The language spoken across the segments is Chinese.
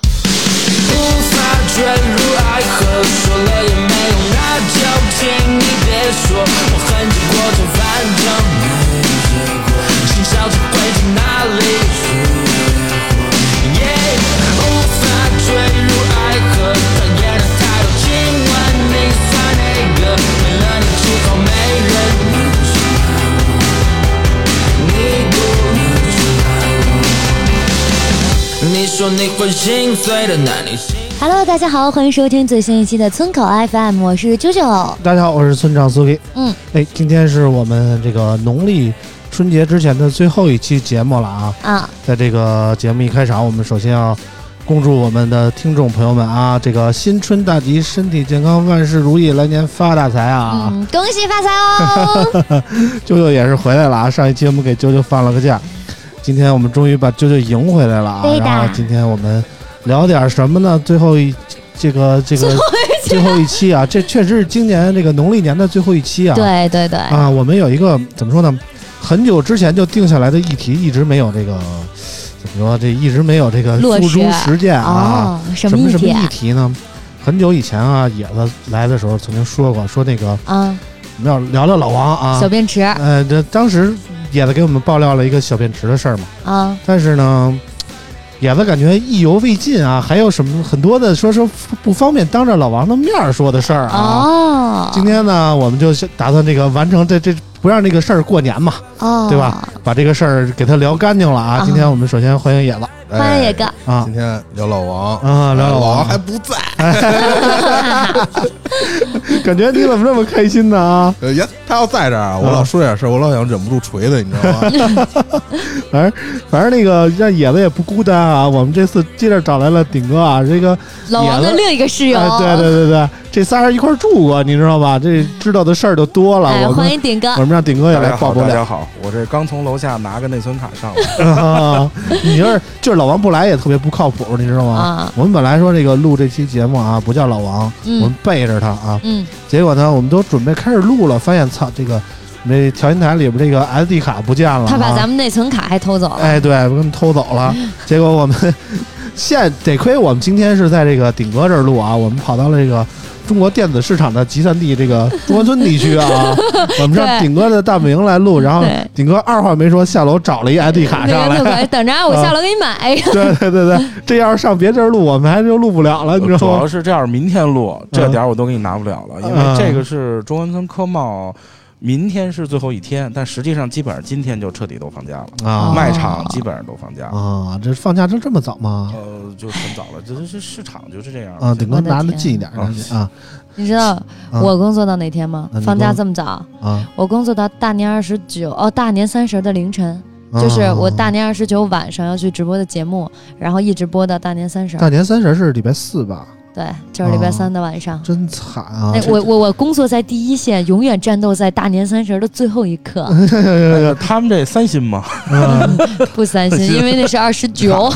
无法坠入爱河，说了也没用，那就请你别说。我恨着过着，反正没结果，心笑着会去哪里？耶，无法坠入爱河，转眼的太多，今晚你算哪个？没了你之后没人能知道，你不能知道。你说你会心碎的，那你心。 Hello，大家好，欢迎收听最新一期的村口 FM，我是啾啾。大家好，我是村长苏 k 嗯，哎，今天是我们这个农历春节之前的最后一期节目了啊。啊，在这个节目一开场，我们首先要恭祝我们的听众朋友们啊，这个新春大吉，身体健康，万事如意，来年发大财啊！嗯，恭喜发财 哦！啾啾也是回来了啊，上一期我们给啾啾放了个假，今天我们终于把啾啾迎回来了啊。对的然后今天我们聊点什么呢？最后一这个这个最后一期啊，这确实是今年这个农历年的最后一期啊。对对对，啊，我们有一个怎么说呢？很久之前就定下来的议题，一直没有这个怎么说？这一直没有这个落付实诸实践啊。哦，什么么什议么题议题呢？很久以前啊，野子来的时候曾经说过，说那个啊？我们要聊聊老王啊小。便池啊呃，这当时野子给我们爆料了一个小便池的事儿嘛，啊但是呢。野子感觉意犹未尽啊，还有什么很多的说说不方便当着老王的面儿说的事儿啊。哦，今天呢，我们就先打算这个完成这这不让这个事儿过年嘛，哦，对吧？把这个事儿给他聊干净了啊！啊今天我们首先欢迎野子欢迎野哥，啊哎 今天聊老王，哎啊，聊聊老王王，还不在，感觉你怎么这么开心呢啊？呃，也他要在这儿啊，我老说点事儿，我老想忍不住锤他，你知 道吗？反正反正那个让野子也不孤单啊，我们这次接着找来了顶哥啊，这个老王的另一个室友，哎对对对对，这仨人一块儿住过，你知道吧？这知道的事儿就多了，哎，我欢们迎顶 哥我，们让顶哥也大来家爆好，爆大料家好，我这刚从楼下拿个内存卡上来， 啊！你就是就是老王不来也特别不靠谱，你知道吗啊？我们本来说这个录这期节目啊，不叫老王，嗯我们背着他啊，嗯，结果呢，我们都准备开始录了，发现操，这个我们这调音台里边这个 SD 卡不见了、啊，他把咱们内存卡还偷走了，哎，对，我们偷走了。结果我们现得亏我们今天是在这个顶哥这儿录啊，我们跑到了这个中国电子市场的集散地这个中关村地区 啊，我们上对顶哥的大本营来录，然后对顶哥二话没说下楼找了一 ID 卡那哎上人特来。嗯快，等着啊我下楼给你买一 个。对对对对，这要是上别地儿录，我们还就录不了了，你知主道吗要？是这样，明天录这点儿我都给你拿不了了，因嗯为这个是中关村科贸，明天是最后一天，但实际上基本上今天就彻底都放假了，啊卖场基本上都放假，啊，这放假这这么早吗？呃，就很早了，这这这市场就是这样啊，顶哥我的拿的天近一点啊啊 你知道嗯我工作到哪天吗啊你？放假工这么早，啊！我工作到大年二十九，哦，大年三十的凌晨。啊就是我大年二十九晚上要去直播的节目，然后一直播到大年三十大，年三十是礼拜四吧？对，就是礼拜三的晚上。真惨啊！那我我我工作在第一线，永远战斗在大年三十的最后一 刻，哎他们这三星吗？嗯不三心，因为那是二十九。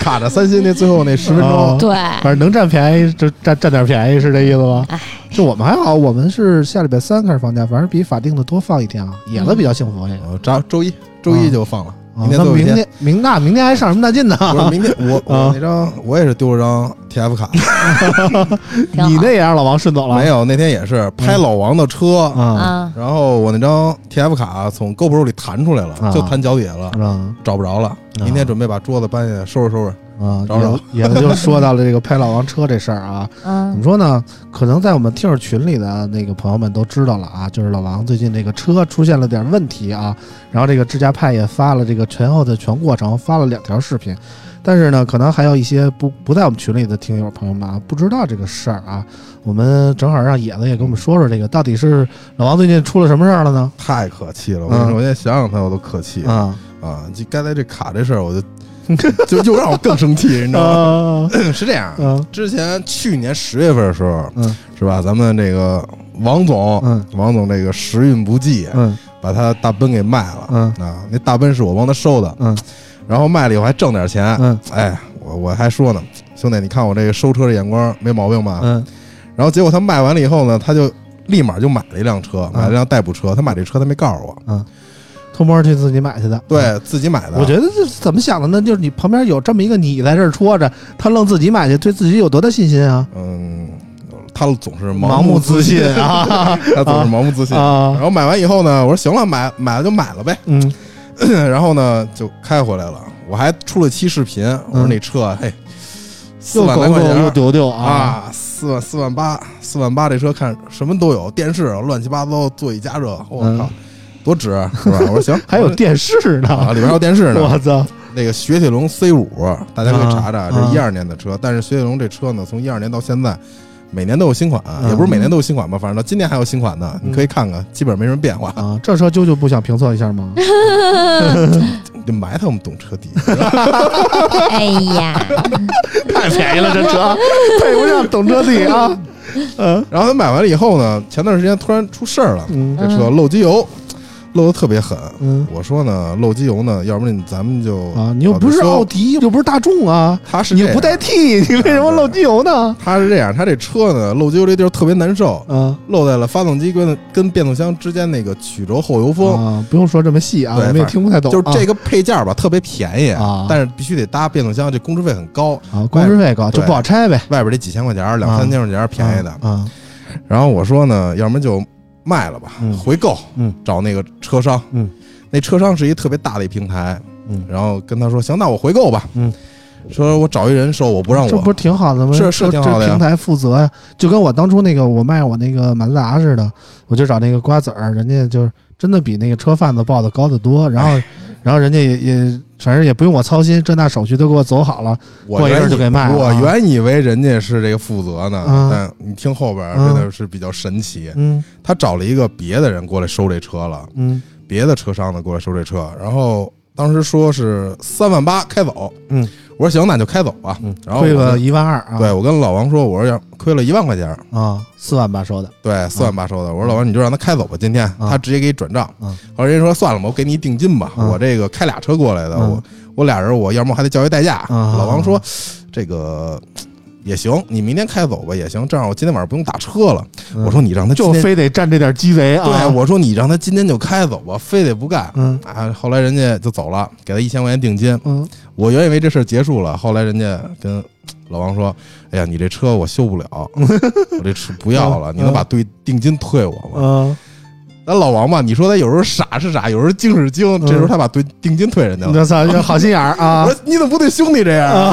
卡着三星那最后那十分钟，啊对，反正能占便宜就占占点便宜，是这意思吗哎？就我们还好，我们是下礼拜三开始放假，反正比法定的多放一天啊。野嗯子比较幸福，这个呃周周一周一就放了，啊明天那最后一明天。天明那明天还上什么大劲呢？不是明天，我啊我那张我也是丢了张 TF 卡，挺好你那也让老王顺走了？没有那天也是拍老王的车，啊啊，然后我那张 TF 卡从 GoPro 里弹出来啊了，就弹脚底下嗯了，啊找不着了。明天准备把桌子搬下来收拾收拾。啊！找找野野子就说到了这个拍老王车这事儿啊，怎么嗯说呢？可能在我们听友群里的那个朋友们都知道了啊，就是老王最近这个车出现了点问题啊，然后这个智家派也发了这个前后的全过程，发了两条视频。但是呢，可能还有一些不不在我们群里的听友朋友们啊，不知道这个事儿啊。我们正好让野子也给我们说说这个，到底是老王最近出了什么事儿了呢？太可气了！我跟你嗯说，我现在想想他我都可气啊啊！就刚才这卡这事儿，我就 就又让我更生气，你知道吗？啊是这样，啊之前去年十月份的时候，嗯是吧？咱们这个王总，嗯王总这个时运不济，嗯把他大奔给卖了。嗯啊，那大奔是我帮他收的，嗯然后卖了以后还挣点钱。嗯哎，我我还说呢，兄弟，你看我这个收车的眼光没毛病吧？嗯然后结果他卖完了以后呢，他就立马就买了一辆车，买了一辆代步车。他买这车他没告诉我，嗯，偷摸去自己买去的。对自己买的。我觉得这怎么想的呢？就是你旁边有这么一个你在这儿戳着，他愣自己买去，对自己有多大信心啊？嗯，他总是盲目自信，啊 他总是盲目自信。然啊！后买完以后呢，我说行了，买买了就买了呗。 嗯然后呢就开回来了，我还出了期视频，我说嗯那车嘿，四又万狗来块狗钱又丢丢啊！啊，四万四万八，四万八这车看什么都有，电视乱七八糟，座椅加热，我嗯，靠，多值啊是吧？我说行 还有电视啊，呢，里边还有电视呢。 我操！那个雪铁龙 C 五，大家可以查查，啊这啊一二年的车，但是雪铁龙这车呢，从一二年到现在。每年都有新款，啊嗯也不是每年都有新款吧，反正到今年还有新款呢。嗯你可以看看，基本没什么 变化。啊，这车啾啾不想评测一下吗？就埋汰我们懂车帝，哎呀，太便宜了，这车配不上懂车帝啊！嗯然后他买完了以后呢，前段时间突然出事儿了，嗯这车漏机油，漏的特别狠。嗯我说呢，漏机油呢，要不然咱们就啊，你又不是搞奥维修，迪，又不是大众啊，他是你这又样不带 T，你为什么漏机油呢？他是这样，他这车呢漏机油这地儿特别难受，啊漏在了发动机跟跟变速箱之间那个曲轴后油封，啊，不用说这么细啊，对我们也听不太懂就啊，是这个配件吧特别便宜，啊但是必须得搭变速箱，这工时费很高，啊，工时费高，就对不好拆呗，外边得几千块钱，啊两三千块钱便宜的。啊然后我说呢，要不然就卖了吧，嗯回购，嗯，找那个车商，嗯，那车商是一特别大的一平台，嗯然后跟他说，行，那我回购吧，嗯，说我找一人收，我不让这不我是挺好的吗？是是这挺好的这呀平台负责呀，就跟我当初那个我卖我那个马自达似的，我就找那个瓜子儿，人家就是真的比那个车贩子报的高得多，然哎后 然后人家也也反正也不用我操心，这那手续都给我走好了，我过一阵原儿就以给卖了我啊原以为人家是这个负责呢，啊但你听后边儿啊真的是比较神奇，嗯他找了一个别的人过来收这车了，嗯别的车商呢过来收这车，然后当时说是三万八开走，嗯，我说行，那就开走吧，嗯，然后亏我个就一万二啊，对我跟老王说，我说要亏了一万块钱，啊，四万八收的，对，四万八收的。我说老王，你就让他开走吧，今天啊他直接给你转账。嗯后来人家说算了吧，我给你一定金吧，嗯我这个开俩车过来的，嗯我我俩人我要么还得叫一代驾。嗯老王说这个也行，你明天开走吧也行，这样我今天晚上不用打车了。嗯我说你让他今就天，非得占这点鸡贼啊，对，我说你让他今天就开走吧，非得不干。嗯啊，后来人家就走了，给他一千块钱定金。嗯我原以为这事儿结束了，后来人家跟老王说：“哎呀，你这车我修不了， 我这车不 要了，嗯你能把对定金退我吗？”嗯，咱老王吧，你说他有时候傻是傻，有时候精是精，这时候他把对定金退人家了。我操，就好心眼儿嗯啊我说你怎么不对兄弟这样 啊？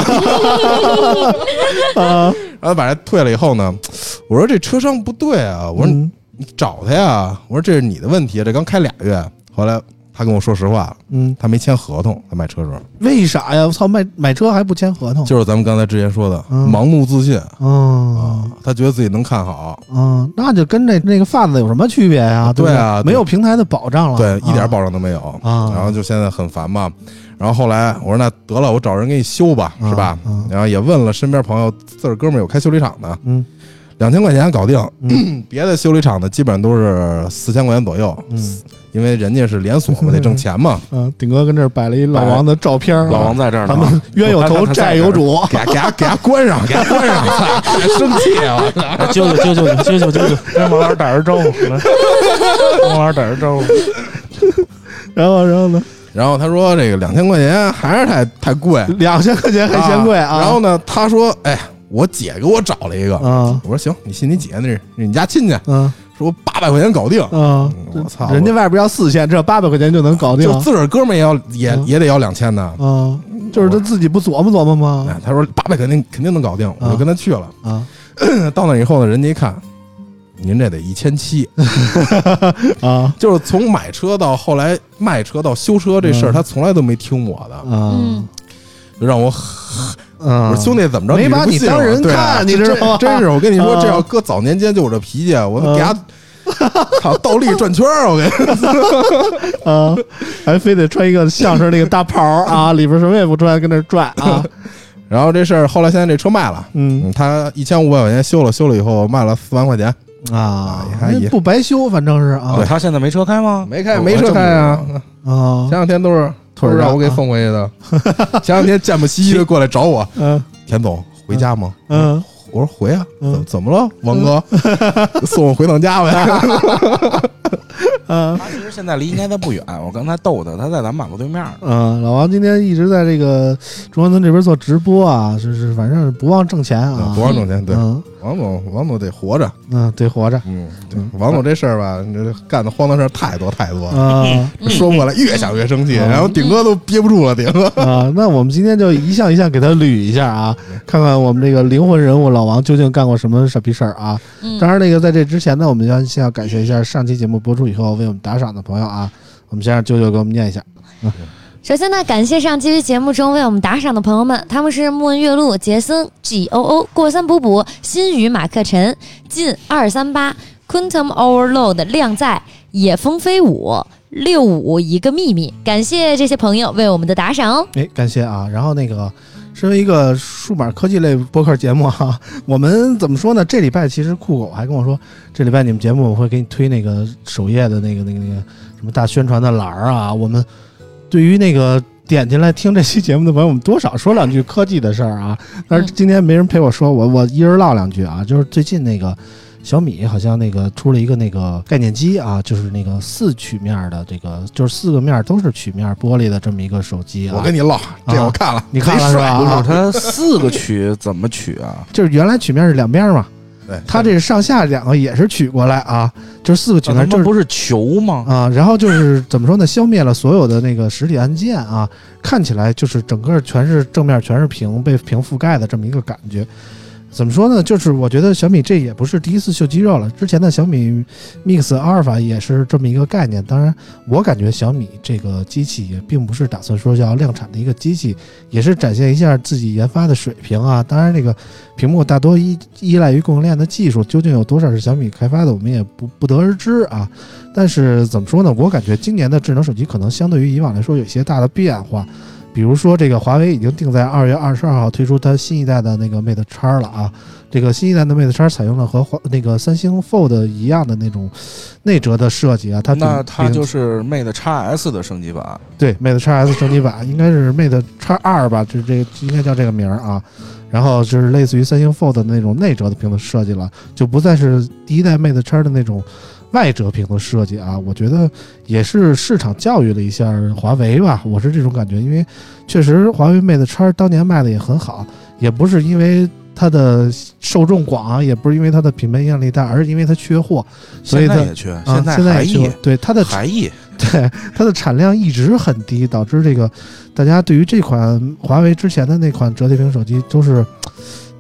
啊，然后把这退了以后呢，我说这车商不对啊，我说你嗯你找他呀，我说这是你的问题，啊这刚开俩月。后来他跟我说实话了，嗯，他没签合同，他卖车时候为啥呀？我操，买买车还不签合同？就是咱们刚才之前说的哦嗯盲目自信哦啊，他觉得自己能看好，嗯，那就跟那那个贩子有什么区别呀、对不对啊对没有平台的保障了，对，啊一点保障都没有啊然后就现在很烦嘛。然后后来我说那得了，我找人给你修吧，啊是吧啊？然后也问了身边朋友，自个儿哥们儿有开修理厂的，嗯，两千块钱搞定。 别的修理厂的基本上都是四千块钱左右，嗯因为人家是连锁嘛，得挣 钱嘛。嗯，顶哥跟这儿摆了一老摆王的照片儿啊，老王在这儿呢咱们冤有我头看看他在债有 主，给他给他给他关上，给他关上， 太生气啊了。哎舅舅舅舅舅舅舅舅，让王老师打声招呼，来，跟王老师打声招呼。然后然后呢，然后他说这个两千块钱还是太太贵，两千块钱还嫌贵啊，然后呢，他说哎，我姐给我找了一个，啊我说行，你信你姐那是那是你家亲戚，嗯说八百块钱搞定。嗯，我操人家外边要四千，这八百块钱就能搞定就，自个儿哥们儿也要也、嗯也得要两千呢。啊，就是他自己不琢磨琢磨吗？哎，他说八百肯定肯定能搞定，我就跟他去了。啊 到那以后呢，人家一看，您这得一千七，嗯啊就是从买车到后来卖车到修车这事儿，嗯他从来都没听我的。啊嗯，就让我嗯，我说兄弟怎么着？没啊你是把不你信当我人对啊看你知道吗真真是我跟你说，啊这要搁早年间就我这脾气，我给他 操倒立转圈儿，我给啊，还非得穿一个相声那个大袍儿啊，里边什么也不穿，跟那儿转啊， 然后这事儿后来现在这车卖了，嗯嗯，他一千五百块钱修了，修了以后卖了四万块钱，啊哎呀，也不白修，反正是哦啊他现在没车开吗？没开没车开啊，啊前，两天都是腿腿儿让啊我给送回去的， 前两天贱不兮兮的过来找我，嗯田总回家吗？嗯，我说回啊，嗯怎怎么了，王 哥，送我回趟家 呗。嗯他其实现在离应该他不远，我刚才逗他，他在咱们马路对面儿。嗯，老王今天一直在这个中关村这边做直播啊，就是反正不忘挣钱啊，不忘挣钱，对，嗯王总，王总得活着，嗯，得活着嗯，对，王总这事儿吧，你这干的荒唐事儿太多太多了，啊。说不过来，越想越生气，嗯然后顶哥都憋不住了，顶哥。啊，那我们今天就一项一项给他捋一下啊，看看我们这个灵魂人物老王究竟干过什么傻逼事儿啊。嗯当然，那个在这之前呢，我们要先要感谢一下上期节目播出以后为我们打赏的朋友啊。我们先让舅舅给我们念一下。首先呢，感谢上期节目中为我们打赏的朋友们，他们是莫问月露、杰森、G O O、过三补补、新宇、马克晨、进二三八、Quantum Overload、靓仔、野风飞舞、六五一个秘密。感谢这些朋友为我们的打赏哦。哎，感谢啊。然后那个，身为一个数码科技类播客节目啊， 我们怎么说呢？这礼拜其实酷狗还跟我说，这礼拜你们节目我会给你推那个首页的那个那个那个什么大宣传的栏儿啊。我们对于那个点进来听这期节目的朋友，我们多少说两句科技的事儿啊。但是今天没人陪我说，我我一人唠两句啊。就是最近那个。小米好像那个出了一个那个概念机啊，就是那个四曲面儿的这个，就是四个面儿都是曲面儿玻璃的这么一个手机啊。我跟你唠，这啊我看了，你看了是吧不是啊他四个曲怎么曲啊？ 就是原来曲面是两边嘛，对它这上下两个也是取过来啊，就是四个曲啊他面就们是不是球吗？啊，然后就是怎么说呢，消灭了所有的那个实体按键啊，看起来就是整个全是正面全是屏被屏覆盖的这么一个感觉。怎么说呢？就是我觉得小米这也不是第一次秀肌肉了，之前的小米 Mix Alpha 也是这么一个概念。当然，我感觉小米这个机器也并不是打算说要量产的一个机器，也是展现一下自己研发的水平啊。当然，这个屏幕大多依依赖于供应链的技术，究竟有多少是小米开发的，我们也不不得而知啊。但是怎么说呢？我感觉今年的智能手机可能相对于以往来说有一些大的变化，比如说这个华为已经定在二月二十二号推出它新一代的那个 Mate 叉了啊。这个新一代的 Mate 叉采用了和华那个三星 Fold 一样的那种内折的设计啊，它那顶它顶就是 Mate X S 的升级版。对 Mate x S 升级版，应该是 Mate x 二吧，这这应该叫这个名儿啊。然后就是类似于三星 Fold 的那种内折的屏的设计了，就不再是第一代 Mate x 的那种外折屏的设计啊。我觉得也是市场教育了一下华为吧，我是这种感觉，因为确实华为 Mate x 当年卖的也很好，也不是因为。它的受众广啊，也不是因为它的品牌影响力大，而是因为它缺货，所以现它在也缺，啊，在现在还也缺易货，对它的还易。 对，它的产量一直很低，导致这个大家对于这款华为之前的那款折叠屏手机都是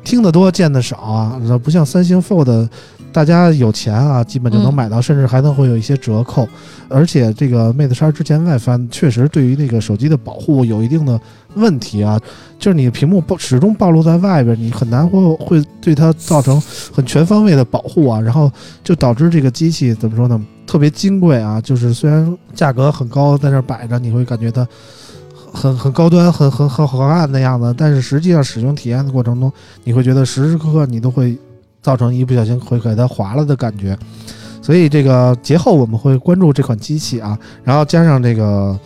听得多见得少啊，那不像三星 Fold，大家有钱啊，基本就能嗯买到，甚至还能会有一些折扣。而且这个 Mate 叉之前外翻确实对于那个手机的保护有一定的问题啊，就是你的屏幕暴始终暴露在外边，你很难会会对它造成很全方位的保护啊，然后就导致这个机器怎么说呢，特别金贵啊，就是虽然价格很高，在那儿摆着，你会感觉它很很高端、很很很好看的样子，但是实际上使用体验的过程中，你会觉得时时刻刻你都会造成一不小心会给它划了的感觉。所以这个节后我们会关注这款机器啊，然后加上这个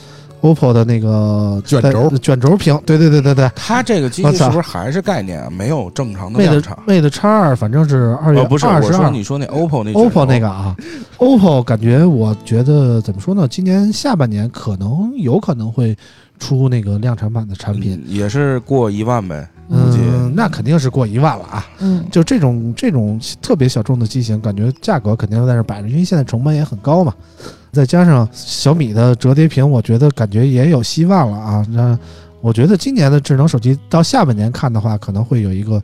OPPO 的那个卷轴在卷轴屏，对对对对对它这个机我器操是不是还是概念啊？没有正常的量，Mate 产。 Mate X 二反正是二月呃，不是，二我十说二你说那 OPPO 那哦嗯 OPPO 那个个啊，OPPO 感觉我觉得怎么说呢？今年下半年可能有可能会出那个量产版的产品，嗯也是过一万呗。嗯估计嗯，那肯定是过一万了啊。嗯就这种这种特别小众的机型，感觉价格肯定在那儿摆着，因为现在成本也很高嘛。再加上小米的折叠屏，我觉得感觉也有希望了啊。那我觉得今年的智能手机到下半年看的话，可能会有一个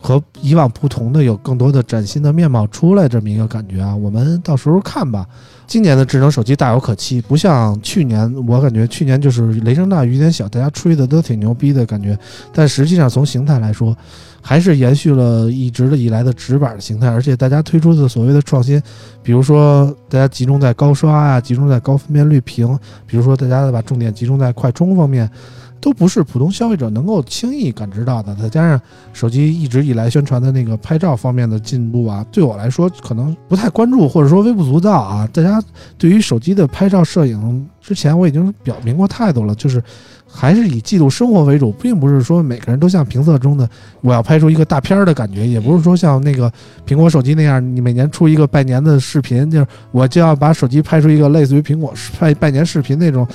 和以往不同的有更多的崭新的面貌出来这么一个感觉啊。我们到时候看吧。今年的智能手机大有可期，不像去年，我感觉去年就是雷声大雨点小，大家吹的都挺牛逼的感觉，但实际上从形态来说，还是延续了一直的以来的直板的形态，而且大家推出的所谓的创新，比如说大家集中在高刷啊，集中在高分辨率屏，比如说大家把重点集中在快充方面，都不是普通消费者能够轻易感知到的。再加上手机一直以来宣传的那个拍照方面的进步啊，对我来说可能不太关注，或者说微不足道啊。大家对于手机的拍照摄影，之前我已经表明过态度了，就是还是以记录生活为主，并不是说每个人都像评测中的我要拍出一个大片儿的感觉，也不是说像那个苹果手机那样，你每年出一个拜年的视频，就是我就要把手机拍出一个类似于苹果拜拜年视频那种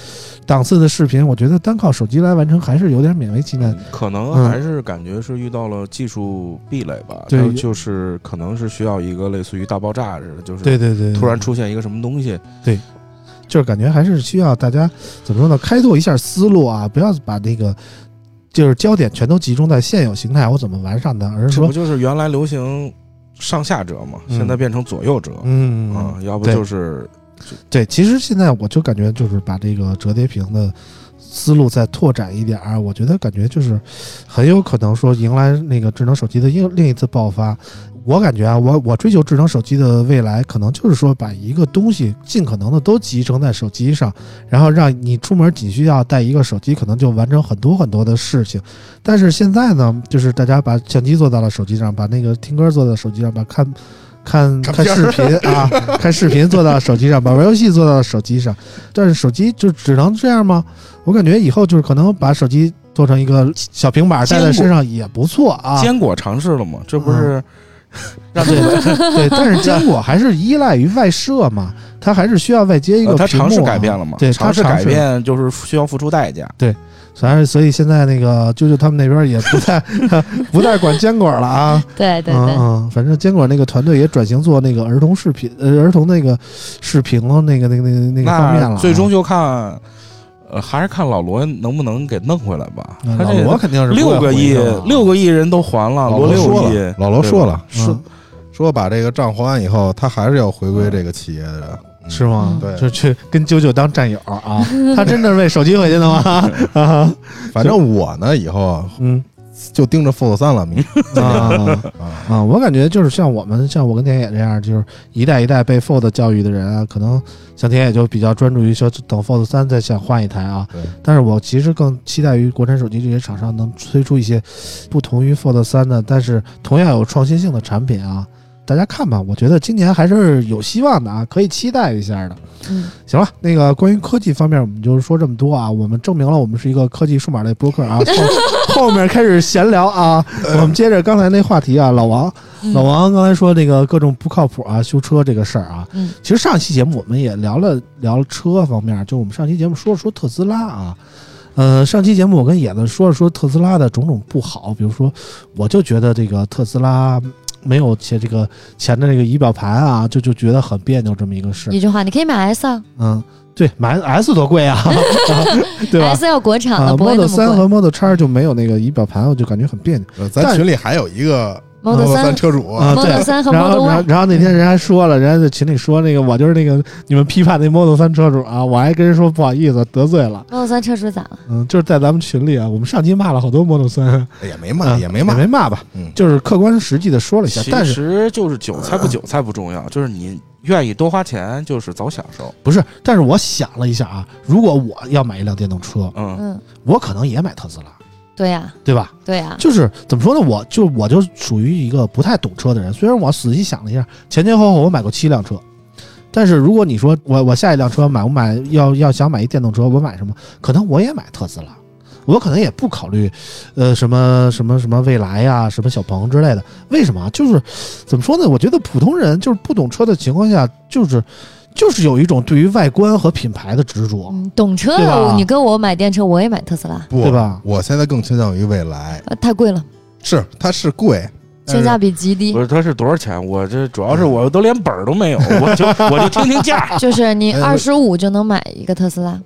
档次的视频。我觉得单靠手机来完成还是有点勉为其难。可能嗯还是感觉是遇到了技术壁垒吧，对就就是可能是需要一个类似于大爆炸似的，就是对对突然出现一个什么东西，就是感觉还是需要大家怎么说呢？开拓一下思路啊，不要把那个就是焦点全都集中在现有形态我怎么完善它，而是这说不就是原来流行上下折嘛，嗯现在变成左右折嗯啊，要不对就是对，其实现在我就感觉就是把这个折叠屏的思路再拓展一点儿，我觉得感觉就是很有可能说迎来那个智能手机的另另一次爆发。我感觉啊，我我追求智能手机的未来，可能就是说把一个东西尽可能的都集成在手机上，然后让你出门仅需要带一个手机，可能就完成很多很多的事情。但是现在呢，就是大家把相机做到了手机上，把那个听歌做到手机上，把看看看看片视儿频啊，看视频做到手机上，把玩游戏做到手机上。但是手机就只能这样吗？我感觉以后就是可能把手机做成一个小平板儿戴在身上也不错啊。嗯坚果尝试了嘛，这不是 让对 对，但 是坚果还是依赖于外设嘛，它还是需要外接一个呃它屏尝试幕啊改变了嘛，对，它尝试尝改变就是需要付出代价。反正所以现在那个舅舅他们那边也不 太不太管坚果了啊，对对嗯对，嗯，反正坚果那个团队也转型做那个儿童视频，呃，儿童那个视频了，那个那个那个那个方面了啊、那最终就看，呃，还是看老罗能不能给弄回来吧。嗯他老这罗肯定是不会六个回亿的啊，六个亿人都还了，老罗罗六说亿了，，老罗说了，嗯说说把这个账还完以后，他还是要回归这个企业的，嗯是吗？对就去跟九九当战友啊，他真的是为手机回去的吗？啊，反正我呢以后啊嗯就盯着 Fold 三了，明啊。啊，啊、我感觉就是像我们，像我跟田野这样，就是一代一代被 Fold 教育的人啊，可能像田野就比较专注于说等 Fold 三再想换一台啊。对但是我其实更期待于国产手机这些厂商能推出一些不同于 Fold 三的，但是同样有创新性的产品啊。大家看吧，我觉得今年还是有希望的啊，可以期待一下的。嗯，行了，那个关于科技方面，我们就是说这么多啊。我们证明了我们是一个科技数码类播客 啊。后后面开始闲聊啊，我们接着刚才那话题啊，老王，嗯老王刚才说这个各种不靠谱啊，修车这个事儿啊，嗯其实上期节目我们也聊了聊了车方面，就我们上期节目说了说特斯拉啊，呃，上期节目我跟野子说了说特斯拉的种种不好，比如说我就觉得这个特斯拉嗯没有且这个前的这个仪表盘啊，就就觉得很别扭这么一个事儿，一句话，你可以买 S 啊嗯，对，买 S 多贵啊， 对吧？ ，S 要国产啊了，不会，Model 那么三贵。和 Model 叉就没有那个仪表盘，我就感觉很别扭。呃但咱群里还有一个 Model 三三车主，啊，对 Model 3和然后 Model 然后 Y 然后那天人家说了，人家在群里说那个我就是那个你们批判那 Model 三车主啊，我还跟人说不好意思得罪了， Model 三车主咋了？嗯，就是在咱们群里啊，我们上期骂了好多 Model 三，哎也没骂，嗯也没骂也，没骂吧，嗯就是客观实际的说了一下，其但是实就是韭菜不韭菜不重要，就是你愿意多花钱，就是早享受。不是，但是我想了一下啊，如果我要买一辆电动车，嗯，嗯，我可能也买特斯拉，对呀，对吧？对呀，就是怎么说呢，我就我就属于一个不太懂车的人。虽然我仔细想了一下，前前后后我买过七辆车，但是如果你说我我下一辆车买不买要要想买一电动车，我买什么？可能我也买特斯拉，我可能也不考虑，呃，什么什么什么蔚来呀、什么小鹏之类的。为什么啊？就是怎么说呢？我觉得普通人就是不懂车的情况下，就是就是有一种对于外观和品牌的执着，嗯，懂车对吧的，你跟我买电车，我也买特斯拉，不对吧？我现在更倾向于未来，呃太贵了，是它是贵，但性是价比极低不。是，它是多少钱？我这主要是我都连 本儿都没有，我就我就听听价儿。就是你哎二十五就能买一个特斯拉，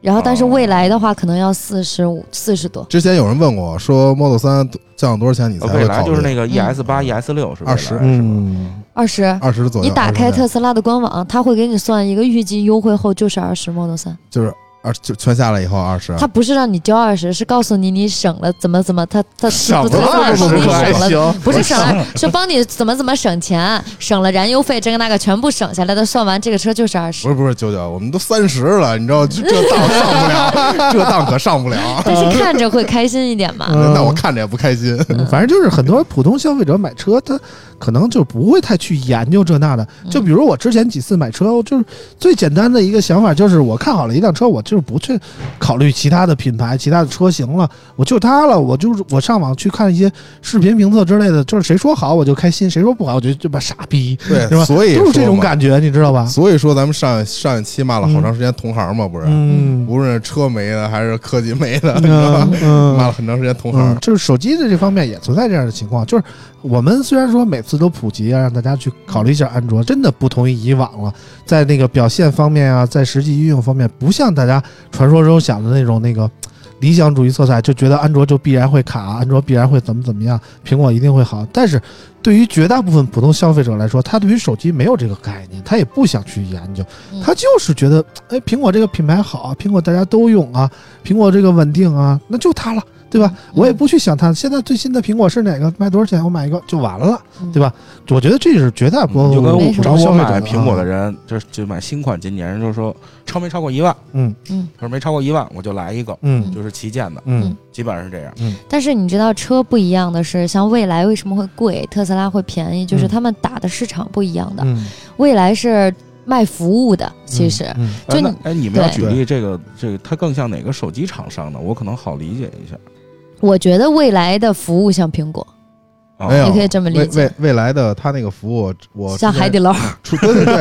然后但是未来的话可能要四十五四十多，之前有人问我说，Model 三降多少钱你才呃会未来考就是虑？那嗯个 ES 八、ES 六是未来20是吧？嗯，二十。二十左右。你打开20特斯拉的官网，它会给你算一个预计优惠后就是二十 Model 三，就是二就全下来以后二十。它不是让你交二十，是告诉你你省了怎么怎么，它它省它了它它20它你可还省了行，不是省了，是帮你怎么怎么省钱，省了燃油费，这个那个全部省下来的，算完这个车就是二不十。是不是九九，我们都三十了，你知道这这当上不 了，这当可上不了。但是看着会开心一点嘛。嗯那我看着也不开心。嗯反正就是很多普通消费者买车，他可能就不会太去研究这那的。就比如我之前几次买车，我就是最简单的一个想法，就是我看好了一辆车，我就是不去考虑其他的品牌、其他的车型了，我就它了。我就是我上网去看一些视频评测之类的，就是谁说好我就开心，谁说不好我就就把傻逼，对是吧？所以都是说这种嘛感觉，啊你知道吧？所以说咱们上上一期骂了好长时间同行嘛，不是？嗯无论是车没的还是科技没的，嗯 嗯骂了很长时间嗯同行，。就是手机的这方面也存在这样的情况，就是我们虽然说每次都普及啊，让大家去考虑一下安卓，真的不同于以往了，在那个表现方面啊，在实际应用方面，不像大家传说中想的那种那个理想主义色彩，就觉得安卓就必然会卡，安卓必然会怎么怎么样，苹果一定会好。但是对于绝大部分普通消费者来说，他对于手机没有这个概念，他也不想去研究，嗯他就是觉得，哎，苹果这个品牌好，啊苹果大家都用啊，苹果这个稳定啊，那就它了。对嗯吧？我也不去想它现在最新的苹果是哪个，卖多少钱，我买一个就完了，嗯对吧？我觉得这是绝大部分就跟没我什么找普通我消费买者啊苹果的人，人，就是就买新款，今年就说超没超过一万，嗯他说没超过一万我就来一个，嗯就是旗舰的，嗯基本上是这样。但是你知道车不一样的是，像蔚来为什么会贵，特斯拉会便宜，就嗯是他们打的市场不一样的。嗯，蔚来是卖服务的，其实。嗯就哎那你哎，你们要对举例这个这个，它更像哪个手机厂商呢？我可能好理解一下。我觉得未来的服务像苹果，啊没有你可以这么理未解未未来的他那个服务，我像海 底捞， 出对对对，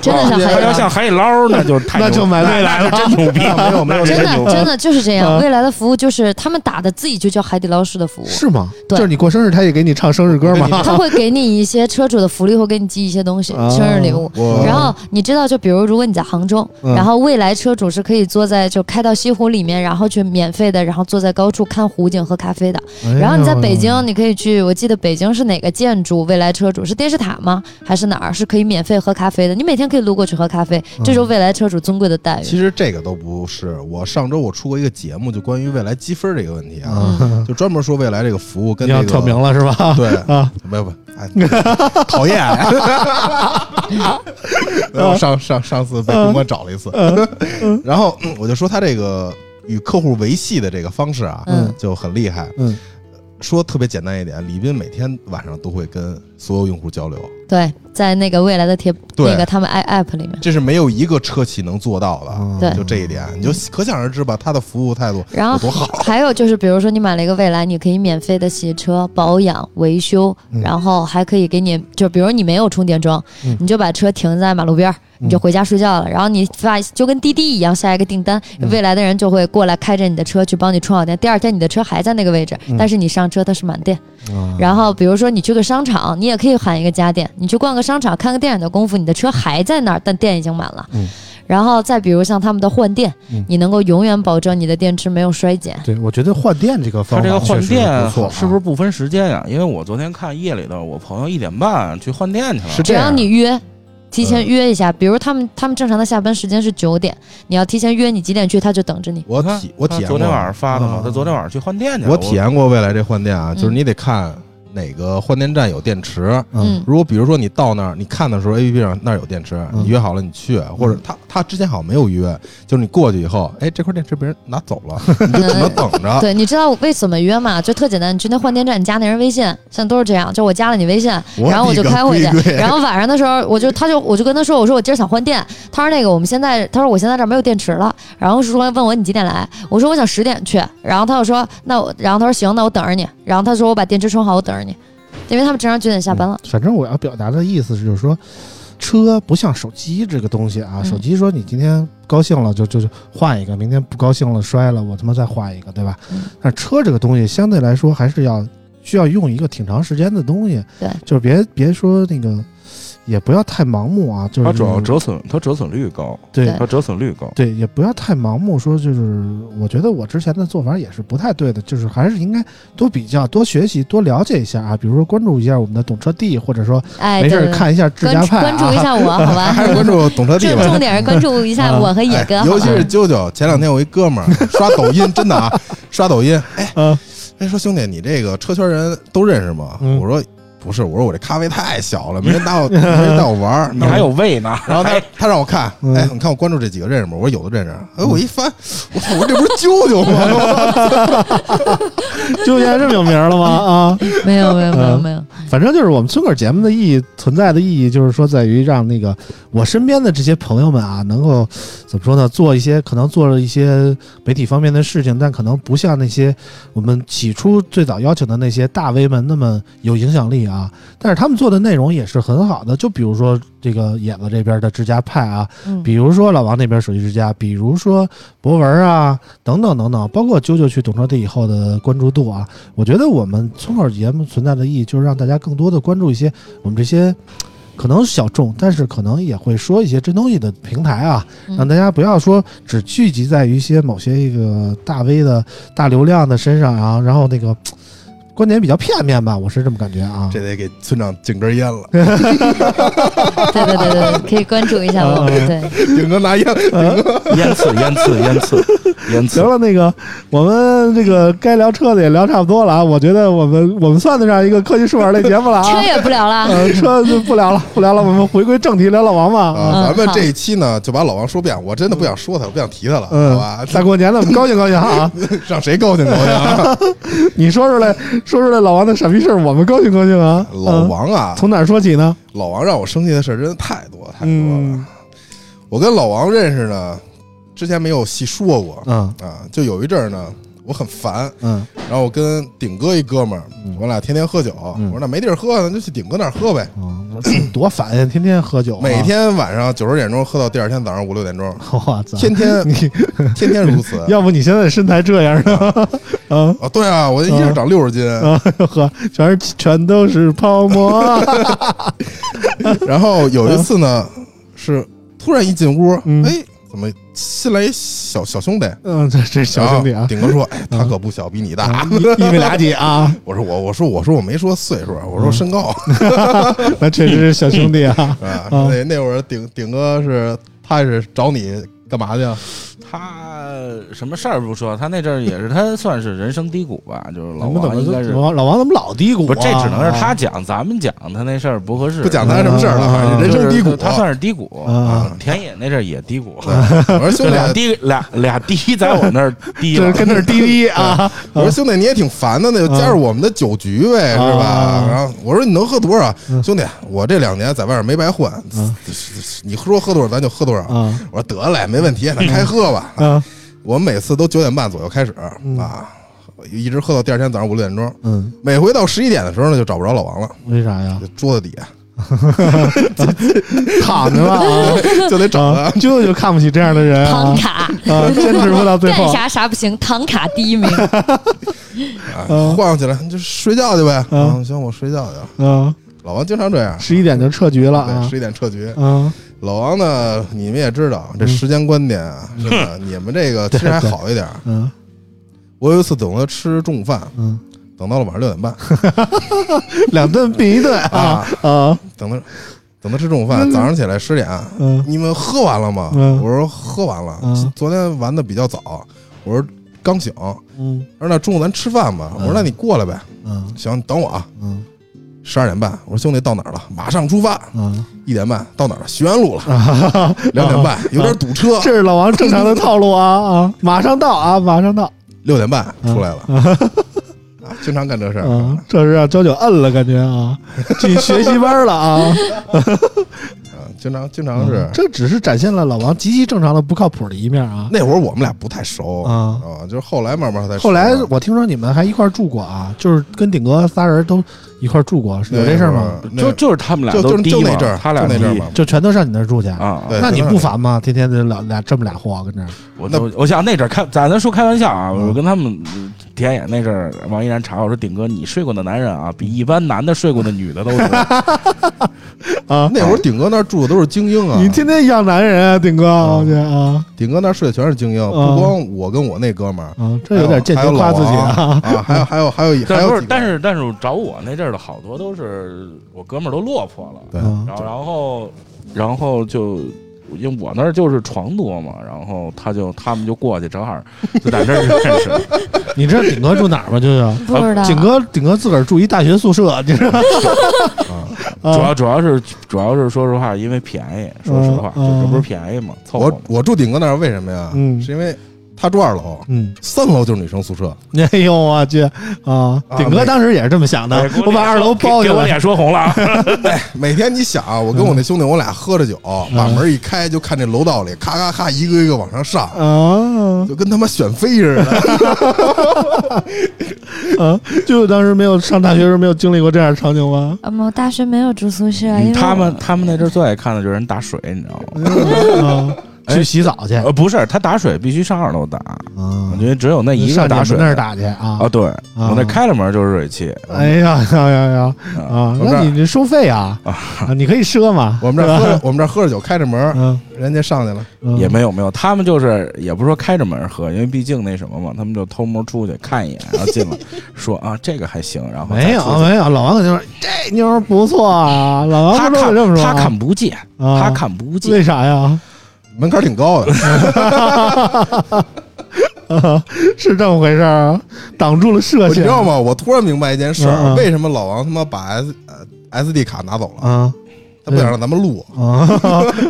真啊的像他海底要捞像。海底捞那就太那就买未来了，那真牛逼，没有没有真的真的就是这样，啊未来的服务就是他们打的自己就叫海底捞式的服务，是吗？对就是你过生日，他也给你唱生日歌吗？他会给你一些车主的福利，会给你寄一些东西，啊生日礼物。我然后你知道，就比如如果你在杭州，嗯然后未来车主是可以坐在就开到西湖里面，然后去免费的，然后坐在高处看湖景喝咖啡的。哎呦 然后你在北京，你可以去，我记得北京是哪个建筑？未来车主是电视塔吗？还是哪儿？是可以免费喝咖啡的，你每天可以路过去喝咖啡，这是未来车主尊贵的待其遇。实这个都不是。我上周我出过一个节目，就关于未来积分这个问题啊， 嗯就专门说未来这个服务跟你这要个挑明了是吧？对啊，没有不， 哎，讨厌。没嗯有上上上次被东哥找了一次， 然后嗯我就说他这个与客户维系的这个方式啊，嗯就很厉害。嗯，说特别简单一点，李斌每天晚上都会跟所有用户交流，对，在那个未来的贴对那个他们 i app 里面。这是没有一个车企能做到的。嗯对就这一点，你就可想而知吧，他的服务态度然有后多好。还有就是，比如说你买了一个蔚来，你可以免费的洗车、保养、维修，嗯然后还可以给你，就比如你没有充电桩，嗯你就把车停在马路边儿，嗯你就回家睡觉了。然后你发就跟滴滴一样下一个订单，嗯未来的人就会过来开着你的车去帮你充好电。第二天你的车还在那个位置，嗯但是你上车它是满电。嗯然后比如说你去个商场，你也可以喊一个家电。你去逛个商场看个电影的功夫，你的车还在那儿，但电已经满了。嗯然后再比如像他们的换电，你能够永远保证你的电池没有衰减。对，我觉得换电这个它方法这个换确实电不错啊，是不是不分时间呀？因为我昨天看夜里头，我朋友一点半去换电去了，是只这样要你约，提前约一下，比如他们他们正常的下班时间是九点，你要提前约你几点去，他就等着你。我他体我体他验昨过天晚上发的嘛啊，他昨天晚上去换电去了，我体验过未来这换电啊，就是嗯你得看哪个换电站有电池。嗯，如果比如说你到那儿，你看的时候，A P P 上那儿有电池，嗯你约好了你去，或者他他之前好像没有约，就是你过去以后，哎，这块电池被人拿走了，嗯你就只能等着。对，你知道为什么约吗？就特简单，你去那换电站，你加那人微信，现在都是这样，就我加了你微信，我然后我就的个开回龟去，龟然后晚上的时候，我就他就我就跟他说，我说我今儿想换电，他说那个我们现在，他说我现在这儿没有电池了，然后说问我你几点来，我说我想十点去，然后他就说那我，然后他说行，那我等着你，然后他说我把电池充好，我等着你，因为他们正常九点下班了，嗯反正我要表达的意思是，就是说，车不像手机这个东西啊，嗯手机说你今天高兴了就就就换一个，明天不高兴了摔了，我他妈再换一个，对吧嗯？但是车这个东西相对来说还是要需要用一个挺长时间的东西，对，就是别别说那个。也不要太盲目啊，就是它主要折损，它折损率高，对对它折损率高。对，也不要太盲目说，就是我觉得我之前的做法也是不太对的，就是还是应该多比较、多学习、多了解一下啊，比如说关注一下我们的懂车帝，或者说哎，没事对儿对对看一下智关家注派、啊关注一 下我，好吧？还是关注懂车帝重吧。重点关注一下我和野哎哥，好尤吧其是啾啾，前两天我一哥们儿刷抖音，真的啊，刷抖音，哎嗯，哎，说兄弟，你这个车圈人都认识吗？嗯我说不是，我说我这咖位太小了，没人带我，没人带我玩儿。你还有胃呢，然后他他让我看，嗯哎，你看我关注这几个认识吗？我说有的认识。哎，我一翻，我操，我这不是啾啾吗？ 就现在这么有名了吗？啊，没有没有没有嗯没有，反正就是我们村口节目的意义存在的意义，就是说在于让那个我身边的这些朋友们啊，能够怎么说呢，做一些可能做了一些媒体方面的事情，但可能不像那些我们起初最早邀请的那些大 V 们那么有影响力啊。但是他们做的内容也是很好的，就比如说这个野子这边的之家派啊，嗯比如说老王那边手机之家，比如说博文啊，等等等等，包括啾啾去懂车帝以后的关注度啊，我觉得我们村口节目存在的意义就是让大家更多的关注一些我们这些可能小众，但是可能也会说一些真东西的平台啊，嗯让大家不要说只聚集在于一些某些一个大 V 的大流量的身上啊，然后那个观点比较片面吧，我是这么感觉啊。这得给村长敬根 烟了，对对对对，对可以关注一下我，对，顶哥拿烟，烟刺烟刺烟刺烟 刺行。了，那个我们这个该聊车的也聊差不多了啊，我觉得我们我们算得上一个科技树玩类节目了啊。 车也不聊了，呃，车就不聊了，不聊了，我们回归正题，聊老王吧。啊，咱嗯们好这一期呢，就把老王说遍。我真的不想说他，我不想提他了，好啊吧嗯，？大过年的，我们高兴高兴啊！让谁高兴高兴啊？你说出来，说出来老王的傻逼事儿，我们高兴高兴啊！老嗯，王啊，从哪儿说起呢？老王让我生气的事儿真的太多太多嗯了。我跟老王认识呢，之前没有细说过嗯啊，就有一阵儿呢，我很烦，嗯然后我跟顶哥一哥们儿，我俩天天喝酒，我说那没地儿喝，那就去顶哥那儿喝呗。嗯，多烦呀，天天喝酒啊， 每天晚上九十点钟喝到第二天早上五六点钟，我操！天天 你。天天如此要不你现在身材这样呢？ 啊，啊，对啊，我一下长六十斤，嗯呵，全是全都是泡 沫。嗯然后有一次呢，是突然一进屋，嗯哎，怎么进来一小小兄弟？嗯，这这小兄弟然后啊，顶哥说：“哎，他可不小，比你大。嗯一一米嗯俩几 啊， 我说我我说我说我没说岁数，啊我说身高、那确实是小兄弟啊。 啊。嗯那那会儿顶顶哥是他是找你干嘛去啊？他什么事儿不说，他那阵儿也是他算是人生低谷吧，就是老你们怎王么应该都是老。王老王怎么老低谷啊？不，这只能是他讲，咱们讲他那事儿不合适。不讲他什么事儿了，嗯反正人生低就谷。是他算是低谷啊。田野那阵儿也低谷，对我说就兄俩弟，啊 低俩俩低在我那儿低这了是。跟那儿滴 滴啊，我说兄弟，你也挺烦的，那就加入我们的酒局呗，是吧啊？然后我说你能喝多少嗯？兄弟，我这两年在外面没白混，你说喝多少咱就喝多少。啊我说得嘞，没问题，咱开 喝吧。啊，我们每次都九点半左右开始嗯啊，一直喝到第二天早上五六点钟。嗯，每回到十一点的时候呢，就找不着老王了，为啥呀就？桌子底下躺着 了就得啊找啊他，。舅舅看不起这样的人啊唐卡，啊，坚持不到最干后啥嗯啥不行，唐卡第一名，啊嗯晃起来你就睡觉去呗。嗯嗯，行，我睡觉去了。啊，老王经常这样，十一点就撤局了对，啊十一点撤局。啊，老王呢，你们也知道嗯这时间观点 啊，真的，你们这个其实还好一点。嗯我有一次等他吃中午饭，嗯，等到了晚上六点半两顿并一顿啊啊，啊等他等他吃中午饭，早上起来十点，啊嗯你们喝完了吗？嗯我说喝完了，嗯昨天玩的比较早，我说刚醒。他嗯说那中午咱吃饭吧。我说那你过来呗，嗯行，你等我啊。嗯十二点半，我说兄弟到哪儿了？马上出发。嗯，一点半到哪儿了？徐安路了。啊两点半有点 堵车，这是老王正常的套路啊啊，马上到啊，马上到，六点半出来了。啊，经常干这事儿。嗯，这是让娇九摁了，感觉 啊，进学习班了啊，啊，经常经常是嗯这只是展现了老王极其正常的不靠谱的一面啊。那会儿我们俩不太熟啊就是后来慢慢才熟后来我听说你们还一块儿住过啊，就是跟顶哥仨人都一块儿住过，是有这事儿吗？？那会就儿就是他们那俩就都就低就嘛那阵儿，他俩就那低阵儿嘛。就全都上你那儿住去啊？啊。对那你就不是烦吗？天天这老俩这么俩货跟这儿，我那都我想那阵儿开，咱咱说开玩笑啊，嗯我跟他们提眼那阵儿，王一然查我说：“顶哥，你睡过的男人啊，比一般男的睡过的女的 都多。啊，那会儿顶哥那儿住的都是精英啊，你天天养男人啊，顶哥，我觉得啊顶哥那儿睡的全是精英，啊不光我跟我那哥们儿，啊，这有点间还谍有夸自己还有老啊王啊，还有还有还有”还但不有是几，个但是但是找我那阵儿的好多都是我哥们儿都落魄了，对啊然后然后然后就。因为我那儿就是床多嘛，然后他就他们就过去，正好就在那儿就认识了。你知道顶哥住哪儿吗？就是 不知道。顶啊哥，顶哥自个儿住一大学宿舍， 你知道吗？啊啊主要主要是主要是说实话，因为便宜，说实话，嗯这这不嗯是便宜嘛，凑合我嘛。我住顶哥那儿为什么呀？嗯是因为他住二楼，嗯，三楼就是女生宿舍，哎呦我去啊！顶哥没当时也是这么想的哎给，我把脸二说楼包下给给我来，脸说红了 啊。 每天你想啊，我跟我那兄弟，我俩喝着酒，嗯把门一开就看这楼道里咔咔咔一个一个往上上，啊就跟他妈选妃似的。 啊！ 就当时没有上大学的时候没有经历过这样的场景吗？嗯，我大学没有住宿舍，哎因嗯为 他们他们那阵儿最爱看的就是人打水，你知道吗？啊，去洗澡去，呃，不是，他打水必须上二楼打，啊我觉得只有那一上个你打们水那儿打去啊啊。对，我那开了门就是水器，哎呀呀呀呀！啊，啊，我这那儿你这收费啊？啊，你可以赊嘛？我们这儿喝着，我们这儿喝着酒，开着门，嗯，人家上去了，嗯也没有没有，他们就是也不是说开着门喝，因为毕竟那什么嘛，他们就偷摸出去看一眼，然后 进来说啊这个还行，然后再没有出去没有，老王肯定说这妞儿不错啊，老王他不都看这么说他吗看不见，啊他看不见，为啥呀？ 门槛挺高的。啊是这么回事儿啊，挡住了我视你知线道吗？我突然明白一件事嗯儿，嗯为什么老王他妈把 S 呃 SD 卡拿走了？啊他不想让咱们录，啊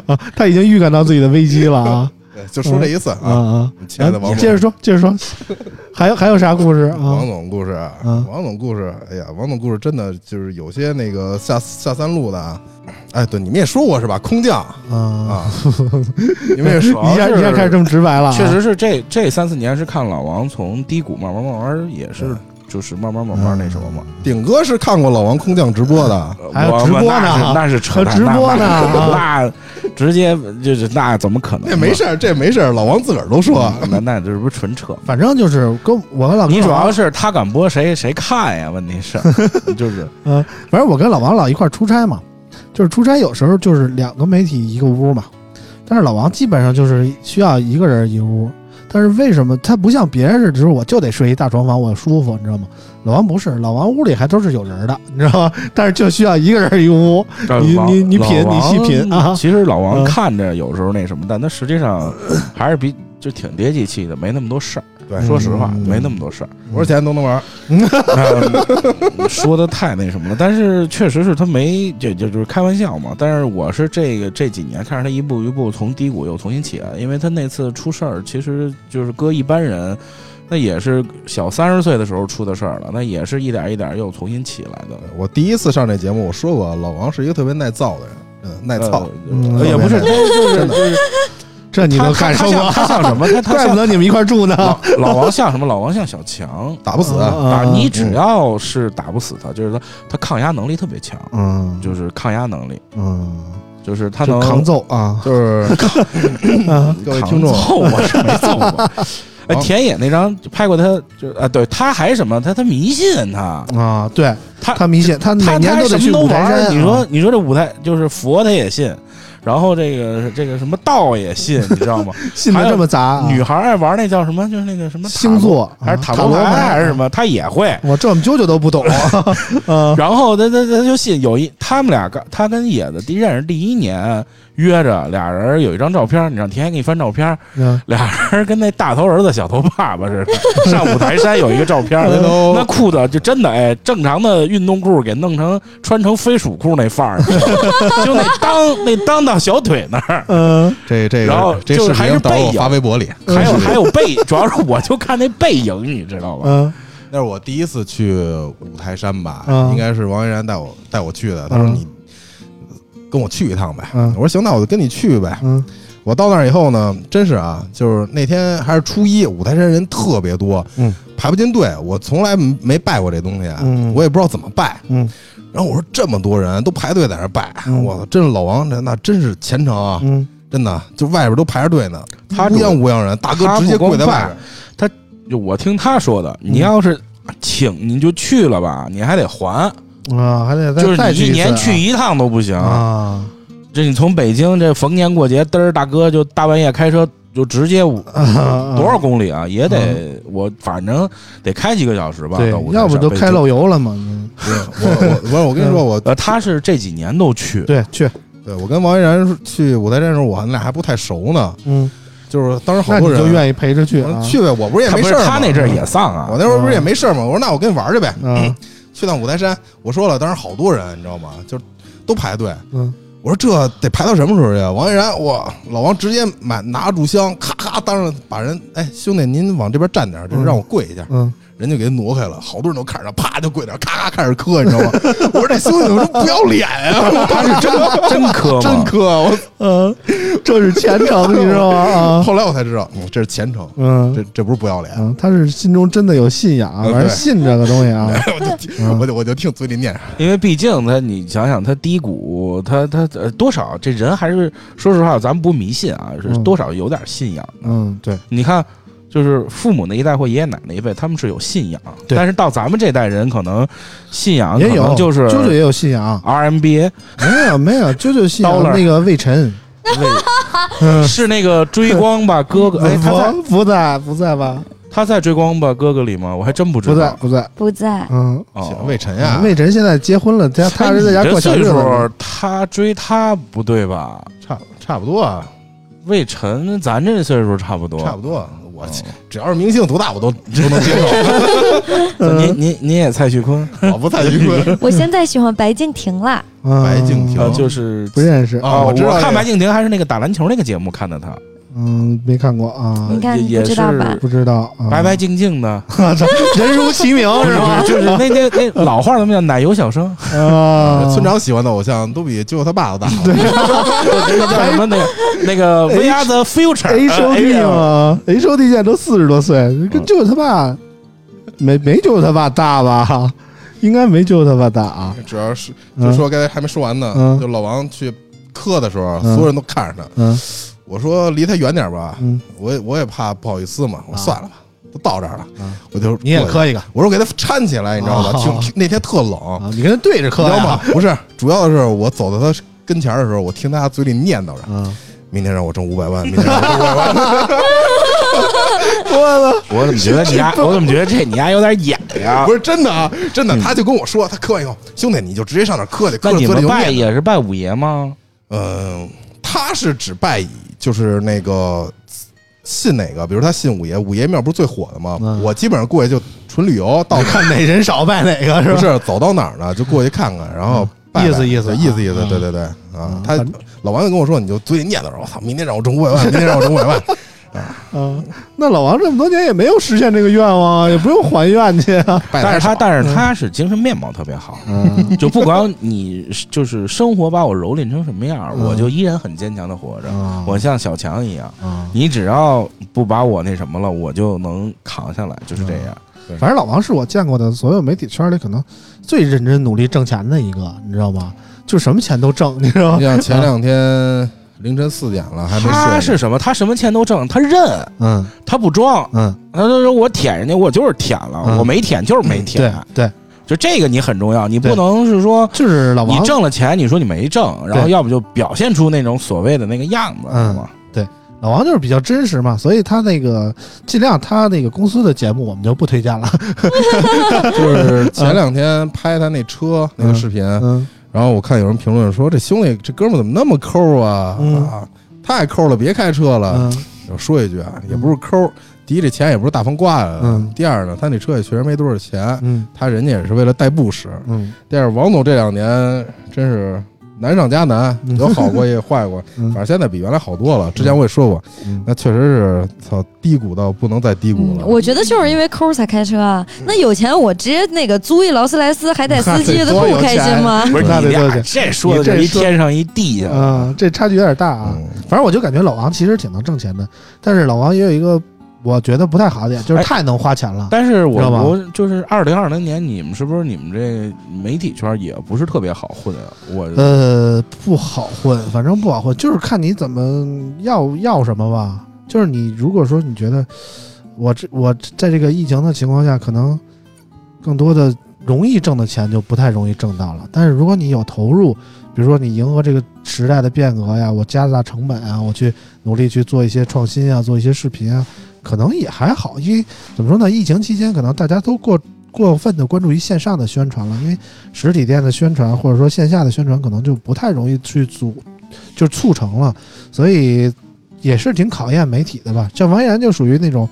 啊！他已经预感到自己的危机了啊对就说这一次啊啊。啊！亲爱的王接着说，接着说，还有还有啥故事啊王？总故事，嗯王总故事，哎呀，王总故事真的就是有些那个下下三路的啊，哎，对，你们也说过是吧？空降啊， 啊，你们也说主要一下一下是开始这么直白了啊，确实是这这三四年是看老王从低谷慢慢慢慢也是嗯就是慢慢慢慢那什么嘛，顶哥是看过老王空降直播的，呃嗯还有我直播呢我那是那是扯还直播呢啊那那直接就是那怎么可能？那没事儿，这没事儿，老王自个儿都说，嗯那那这不是纯扯吗？反正就是跟我和老你公主老要是他敢播谁谁看呀？问题是 就是反正我跟老王老一块儿出差嘛，就是出差有时候就是两个媒体一个屋嘛，但是老王基本上就是需要一个人一屋。但是为什么他不像别人似的，就是我就得睡一大床房，我舒服，你知道吗？老王不是，老王屋里还都是有人的，你知道吗？但是就需要一个人一屋。你老你你品老王你细品啊其实老王嗯看着有时候那什么，但他实际上还是比就挺接地气的，没那么多事儿。对，说实话，嗯没那么多事儿。多少钱都能玩，嗯说的太那什么了，但是确实是他没，就就就是开玩笑嘛。但是我是这个这几年看着他一步一步从低谷又重新起来，因为他那次出事儿，其实就是搁一般人，那也是小三十岁的时候出的事儿了，那也是一点一点又重新起来的。我第一次上这节目，我说过，老王是一个特别耐造的人，嗯，耐造呃，嗯呃也不是，特就别是真就的是这你他都他感他受像过，他像什么？他他怪不像得你们一块儿住呢。老呃老王像什么？老王像小强。打不死，啊打你只要是打不死他，就是他，他抗压能力特别强，嗯就是抗压能力，嗯，就是他就能扛揍啊就是啊 各位听众扛，揍我是没揍过。哎，好田野那张拍过他，就啊，对他还什么？他他迷信他，啊！对他他迷信，他他嗯每年他得什么去都五玩台儿。山。啊你说你说这五台就是佛他也信，然后这个这个什么道也信，你知道吗？信的这么杂，啊女孩爱玩那叫什么？就是那个什么塔罗星座啊还是塔塔罗罗牌牌啊还是什么？他也会。我这我们舅舅都不 懂。嗯然后他他他就信有一他们俩刚他跟野子第认识第一年约着俩人有一张照片，你让田野给你翻照片，嗯 俩人跟那大头儿子小头爸爸似的，上五台山有一个照 片哎儿， Hello 那裤子就真的哎，正常的运动裤给弄成穿成飞鼠裤那范儿，就那裆那裆到小腿那儿，嗯。这这然后个这就视是还频是到时候我背影发微博里，还有还有背，主要是我就看那背影，你知道吧？嗯那是我第一次去五台山吧，嗯应该是王一然带我带我去的。他说嗯你跟我去一趟呗，嗯我说行，那我就跟你去呗。嗯我到那儿以后呢，真是啊，就是那天还是初一，五台山人特别多，嗯排不进队。我从来没拜过这东西，啊嗯我也不知道怎么拜。嗯然后我说这么多人都排队在那儿拜，嗯我操，真是老王这那真是虔诚啊，嗯啊真的就外边都排着队呢，他乌泱乌泱人，大哥他直不接光跪在外拜边。就我听他说的，你要是请你就去了吧，你还得还，啊，还得再就是再你一次年啊去一趟都不行。啊这你从北京这逢年过节，嘚儿大哥就大半夜开车就直接五啊，多少公里啊，也得我反正得开几个小时吧。对到五，台要不山就北开京漏油了嘛。嗯我我我我跟你说，我呃，他是这几年都去，对，去，对我跟王一然去五台山的时候，我们俩还不太熟呢，嗯，就是当时好那多你人就愿意陪着去我啊说？去呗，我不是也他没不是事儿吗嗯他那阵儿也丧我啊，那会儿不是也没事儿吗？我说那我跟你玩儿去呗， 嗯去趟五台山。我说了，当时好多人，你知道吗？就是都排队。嗯，我说这得排到什么时候去啊？王一然，我老王直接买拿着炷香，咔咔当着把人，哎兄弟，您往这边站点儿，就是让我跪一下，嗯，人就给他挪开了。好多人都看着，啪就跪那儿，咔咔开始磕，你知道吗？我说这兄弟怎么这么不要 脸啊？他是 真真磕真吗？磕！我呃，这是虔诚，你知道吗？ 啊，后来我才知道，嗯这是虔诚，这嗯这不是不要脸。嗯，他是心中真的有信仰，啊嗯反正对信这个东西 啊。 我就嗯我就我就听嘴里念，因为毕竟他，你想想他低谷，他他呃多少这人还是说实话，咱们不迷信啊，是嗯多少有点信仰。嗯，对，你看，就是父母那一代或爷爷奶奶那一辈，他们是有信仰，对但是到咱们这代人，可能信仰啊可也有，能就啾啾是也有信仰， RMBA 没有没有，啾啾信仰 Dollar 那个魏晨，为是那个追光吧哥嗯哥，哎，他在嗯不不在不在吧？他在追光吧哥哥里吗？我还真不不知在道。不在，不在，嗯，哦行，魏晨呀，魏晨现在结婚了，在哎他是在家你这过小岁日子数呢。他追他不对吧？差差不多啊，魏晨，咱这岁数差不多，差不多。我哦只要是明星多大我都都能接 嗯你你你也蔡徐坤，受，我不蔡徐坤。我现在喜欢白敬亭了。嗯白敬亭呃，就是不认识，啊哦我知道这个看白敬亭还是那个打篮球那个节目看的他，嗯，没看过啊，你看也你不知道吧不知道啊。白白净 净的，人如其名是吧？就是那那那老话怎么讲，奶油 小生，啊，村长喜欢的偶像都比舅舅他爸都大。对，那个叫什么那个那个 We Are the Future 哎 H O D 嘛，H O D 现在都四十多岁，嗯跟舅舅他爸没没舅舅他爸大吧？应该没舅舅他爸大啊。主要是嗯就说刚才还没说完呢，嗯就老王去磕的时候，嗯所有人都看着他。嗯我说离他远点吧，嗯，我也我也怕不好意思嘛，我啊算了吧，都到这儿了啊，我就你也过去磕一个我说给他搀起来，你知道吧？哦挺挺那天特冷，啊，你跟他对着你磕知道呀 吗？？不是，主要的是我走到他跟前的时候，我听他嘴里念叨着啊，：“ 明天让我挣五百万，明天让我挣五百万。我怎么觉得你丫，我怎么觉得这你丫有点演 呀不？是真的啊，真的，他就跟我说，他磕完以后，兄弟，你就直接上那儿磕去，那磕着你嘴里们就拜念。也是拜五爷吗？嗯，他是只拜以就是那个信哪个，比如他信五爷，五爷庙不是最火的吗？嗯我基本上过去就纯旅游， 到我看哪人少拜哪个是不吧？是走到哪儿呢，就过去看看，然后拜拜。意思意思对啊意思意思，对对对啊！他老王就跟我说，你就嘴里念叨着，我操，明天让我挣五百万，明天让我挣五百万，啊，那老王这么多年也没有实现这个愿望啊，也不用还愿去啊。拜但得是少他但是他是精神面貌特别好，嗯就不管你是就是生活把我蹂躏成什么样，嗯我就依然很坚强的活着，啊我像小强一样。啊，你只要不把我那什么了，我就能扛下来，就是嗯这样。反正老王是我见过的所有媒体圈里可能最认真努力挣钱的一个，你知道吗？就什么钱都挣，你知道你吗？像前两天凌晨四点了还没睡呢，他是什么？他什么钱都挣，他认，嗯他不装，嗯，他就说我舔人家，我就是舔了，嗯我没舔就是没对舔。对，就这个你很重要，你对不能是说就是老你王挣了钱，你说你没挣，然后要不就表现出那种所谓的那个样子，嗯是吗？老王就是比较真实嘛，所以他那个尽量他那个公司的节目我们就不推荐了。就是 前两天拍他那车那个视频，啊嗯然后我看有人评论说这兄弟这哥们儿怎么那么抠啊、嗯啊，太抠了，别开车了。嗯我说一句啊，也不是抠，第一这钱也不是大风刮下来的，嗯第二呢，他那车也确实没多少钱，嗯他人家也是为了代步使。嗯第二，王总这两年真是难上加难，嗯有好过也有坏过， 嗯反正现在比原来好多了。之前我也说过，嗯那确实是操低谷到不能再低谷嗯，了。我觉得就是因为抠儿才开车啊。那有钱我直接那个租一劳斯莱斯，还带司机的，多不有开心钱吗？ 不是那你得多俩钱这说的是一你这说天上一地下，嗯，这差距有点大啊。嗯反正我就感觉老王其实挺能挣钱的，但是老王也有一个我觉得不太好的点，就是太能花钱了。但是知道我吧我就是二零二零年，你们是不是你们这媒体圈也不是特别好混啊？我呃，不好混，反正不好混，就是看你怎么要要什么吧。就是你如果说你觉得我这我在这个疫情的情况下，可能更多的容易挣的钱就不太容易挣到了。但是如果你有投入，比如说你迎合这个时代的变革呀，我加大成本啊，我去努力去做一些创新啊，做一些视频啊，可能也还好。因为怎么说呢，疫情期间可能大家都过过分的关注于线上的宣传了，因为实体店的宣传或者说线下的宣传可能就不太容易去组，就促成了，所以也是挺考验媒体的吧。像王一然就属于那种。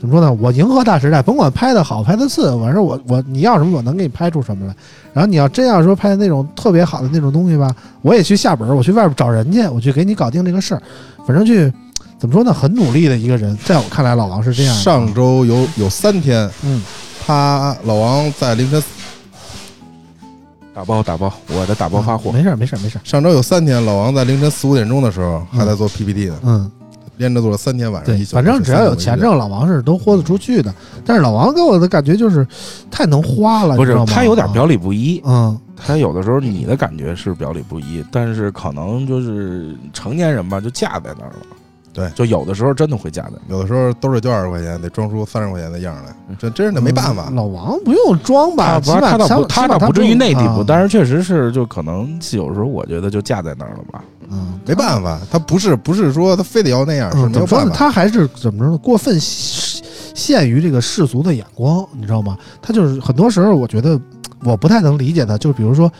怎么说呢？我迎合大时代，甭管拍的好拍的次，反正我我你要什么，我能给你拍出什么来。然后你要真要说拍的那种特别好的那种东西吧，我也去下本儿，我去外边找人去，我去给你搞定这个事儿。反正去怎么说呢，很努力的一个人，在我看来，老王是这样的。上周有有三天，嗯，他老王在凌晨，打包打包，我的打包发货。啊没事儿没事儿没事儿，上周有三天，老王在凌晨四五点钟的时候还在做 PPT 呢，嗯，连着做了三天晚上对一，宿。反正只要有钱挣，老王是都豁得出去的。但是老王给我的感觉就是太能花了，不你是知道，吗他有点表里不一，嗯，他有的时候你的感觉是表里不一，但是可能就是成年人吧，就架在那儿了。对就有的时候真的会架在那儿。有的时候兜里就二十块钱，得装出三十块钱的样儿来，嗯这真是的没办法。老王不用装吧，啊他起不是码他倒不，起码倒不至于那地步，啊但是确实是，就可能有时候我觉得就架在那儿了吧。嗯，没办法，他不是不是说他非得要那样，是嗯，没怎有么说办呢？法。他还是怎么说呢？过分限限于这个世俗的眼光，你知道吗？他就是很多时候，我觉得我不太能理解他。就是比如说，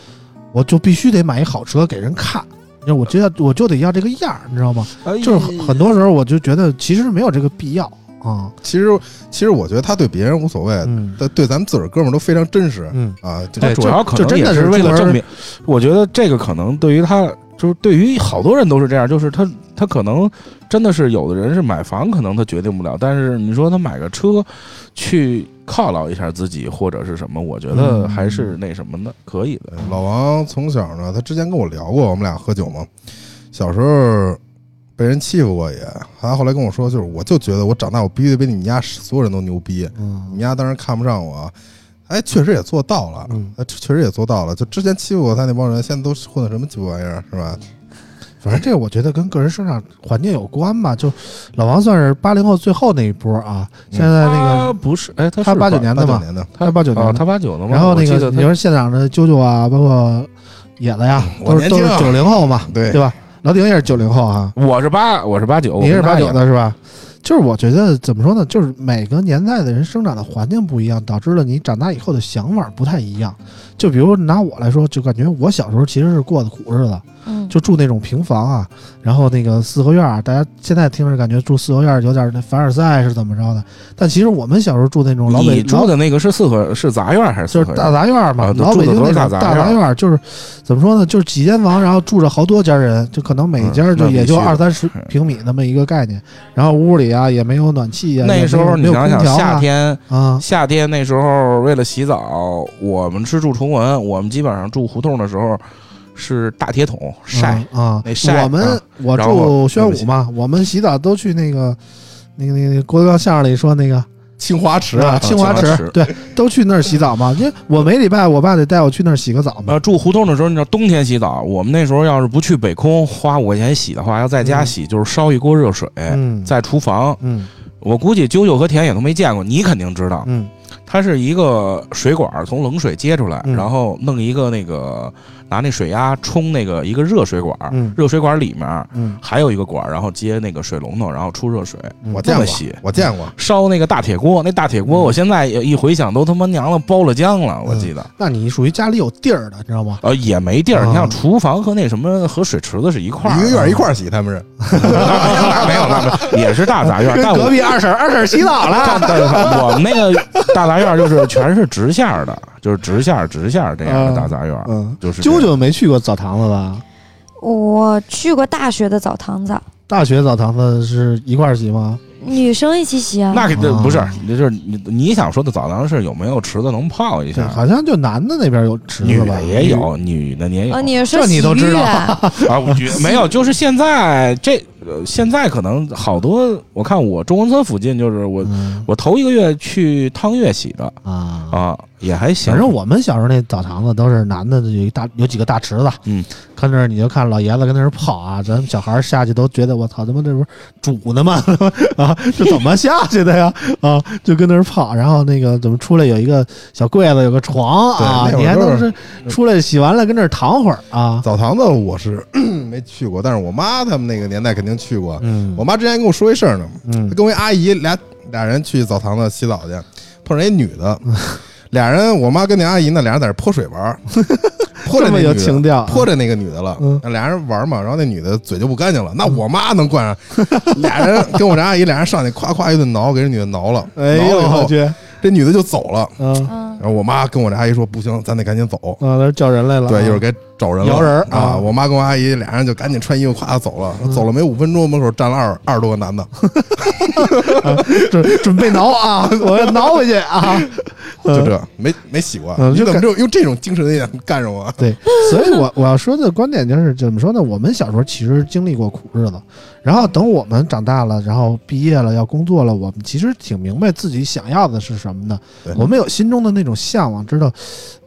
我就必须得买一好车给人看，你知道，我就要我就得要这个样儿，你知道吗？就是哎很很多时候，我就觉得其实没有这个必要啊。其实其实我觉得他对别人无所谓，嗯但对咱们自个儿哥们儿都非常真实嗯，啊。这他个主要可就能真也的是为了专门证明，我觉得这个可能对于他，就是对于好多人都是这样，就是他他可能真的是有的人是买房，可能他决定不了，但是你说他买个车去犒劳一下自己或者是什么，我觉得嗯还是那什么的，可以的。老王从小呢，他之前跟我聊过，我们俩喝酒嘛，小时候被人欺负过也，他后来跟我说，就是我就觉得我长大我必须得比你们家所有人都牛逼，你嗯们家当然看不上我，哎，确实也做到了，嗯，哎确实也做到了，就之前欺负过他那帮人，现在都混的什么鸡巴玩意儿，是吧？反正这个我觉得跟个人生长环境有关吧。就老王算是八零后最后那一波啊，现在那他个不是，哎，他他是八九吧年八的九嘛，年的，他八九年啊，的他八九的嘛，然后那我记个得你他说现场的啾啾啊，包括野子呀，嗯我都是年都轻是啊九零后嘛，对对吧？老顶也是九零后啊，我是八，我是八九，我你也是跟他八一九样的是吧？就是我觉得怎么说呢，就是每个年代的人生长的环境不一样，导致了你长大以后的想法不太一样。就比如拿我来说，就感觉我小时候其实是过的苦日子，嗯，就住那种平房啊，然后那个四合院儿，大家现在听着感觉住四合院儿有点那凡尔赛是怎么着的，但其实我们小时候住那种老北你住的那个是四合是杂院还是就四是合大院？杂院儿嘛，啊老住北的京那都是种大大杂院儿杂院儿，就是怎么说呢，就是几间房，然后住着好多家人，就可能每嗯家儿那就必也就须的二三十嗯平米那么一个概念，然后屋里啊也没有暖气呀、也没那有时候你没有想空想，调夏啊天啊，夏天那时候为了洗澡，我们是住崇文，我们基本上住胡同的时候是大铁桶晒，嗯啊那晒，我们啊我然后住宣武嘛，我们洗澡都去那个那个那个那个郭德纲相声里说那个清华池啊 清清华华池池，对，都去那儿洗澡嘛，因为我每礼拜我爸得带我去那儿洗个澡嘛，呃，住胡同的时候，你知道冬天洗澡，我们那时候要是不去北空花五块钱洗的话，要在家嗯洗，就是烧一锅热水，嗯哎在厨房。嗯我估计啾啾和田野都没见过，你肯定知道，嗯它是一个水管儿从冷水接出来，嗯然后弄一个那个拿那水压冲那个一个热水管儿，嗯热水管儿里面儿嗯，还有一个管儿，然后接那个水龙头，然后出热水。嗯我这见么过洗，我见过，烧那个大铁锅，那大铁锅我现在一回想都他妈娘了包了浆了，我记得。那你属于家里有地儿的，你知道吗？呃，也没地儿，啊你像厨房和那什么和水池子是一块儿，一个院儿一块儿洗，他们是儿，没有那啊没有也是大杂院，但我壁二婶二婶洗 澡了。但但我们那个大杂院就是全是直线儿的，就是直线儿直线儿这样的啊大杂院，嗯，就是这啾样啾没去过澡堂子吧？我去过大学的澡堂子，大学澡堂子是一块儿洗吗？女生一起洗啊。那肯定啊不是，就是你你想说的澡堂是有没有池子能泡一对，下？好像就男的那边有池女子吧？的也有，女的你也有哦，你是说这你都洗浴知道啊？啊？我觉得没有，就是现在这呃现在可能好多，我看我中关村附近就是我嗯我头一个月去汤月洗的啊，啊，也还行。反正我们小时候那澡堂子都是男的有一大有几个大池子，嗯，跟那儿你就看老爷子跟那儿泡啊，咱们小孩儿下去都觉得我操他妈这不是煮呢吗？ 啊，这怎么下去的呀？啊，就跟那儿泡，然后那个怎么出来有一个小柜子，有个床啊，对那会儿你还都能是是出来洗完了跟那儿躺会儿啊？澡堂子我是 没去过，但是我妈他们那个年代肯定去过。嗯我妈之前跟我说一事儿呢，嗯跟我一阿姨俩俩人去澡堂子洗澡去，碰上一女 的，俩人我妈跟那阿姨呢，俩人在那泼水玩儿， 泼着这那么女有的情调啊泼着那个女的了嗯，俩人玩嘛，然后那女的嘴就不干净了，那我妈能惯上？俩人跟我这阿姨俩人上去夸夸一顿挠，给人女的挠了，挠哎呦了以我后去，这女的就走了，嗯啊嗯然后我妈跟我这阿姨说不行，咱得赶紧走，那儿叫人来了啊，对，一会儿该找人了摇人儿啊嗯啊！我妈跟我阿姨俩人就赶紧穿衣服，咵走了。走了没五分钟，门口站了二二十多个男的，准准备挠 啊，我要挠回去啊，就这没没洗过。嗯你就怎么感就用这种精神力量干上我？对，所以我我要说的观点就是怎么说呢？我们小时候其实经历过苦日子，然后等我们长大了，然后毕业了要工作了，我们其实挺明白自己想要的是什么的对。我们有心中的那种向往，知道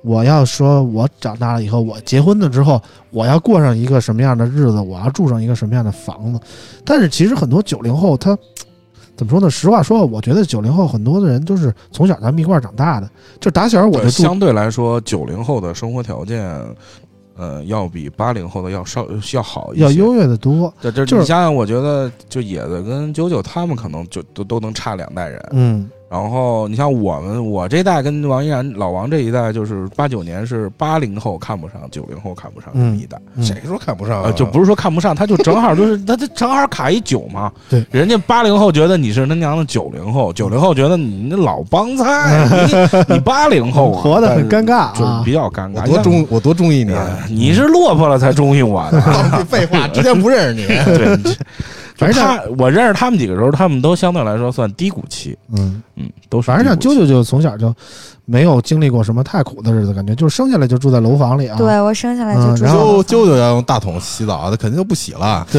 我要说我长大了以后，我结婚了之后，我要过上一个什么样的日子，我要住上一个什么样的房子。但是其实很多九零后他。怎么说呢？实话说，我觉得九零后很多的人都是从小咱们一块儿长大的，就打小我对就住相对来说，九零后的生活条件，呃，要比八零后的要稍要好一些。要优越的多。这这就是你想想，我觉得就野子跟九九他们可能就都都能差两代人。嗯，然后你像我们我这代跟王一然老王这一代，就是八九年是八零后看不上，九零后看不上这么一代。嗯谁说看不上啊？呃，就不是说看不上，他就正好就是他他正好卡一九嘛。对，人家八零后觉得你是他娘的九零后，九零后觉得你那老帮菜， 你你八零后啊活得很尴尬啊但是就比较尴我尬。多中我多中意你你啊，哎啊，你是落魄了才中意我的。啊 废话，之前不认识你。 对，反正就他我认识他们几个时候，他们都相对来说算低谷期，嗯，嗯，都是反正像低啾谷期啾就从小就没有经历过什么太苦的日子，感觉就是生下来就住在楼房里啊。对我生下来嗯就住然后舅楼房舅舅要用大桶洗澡，啊他肯定就不洗了。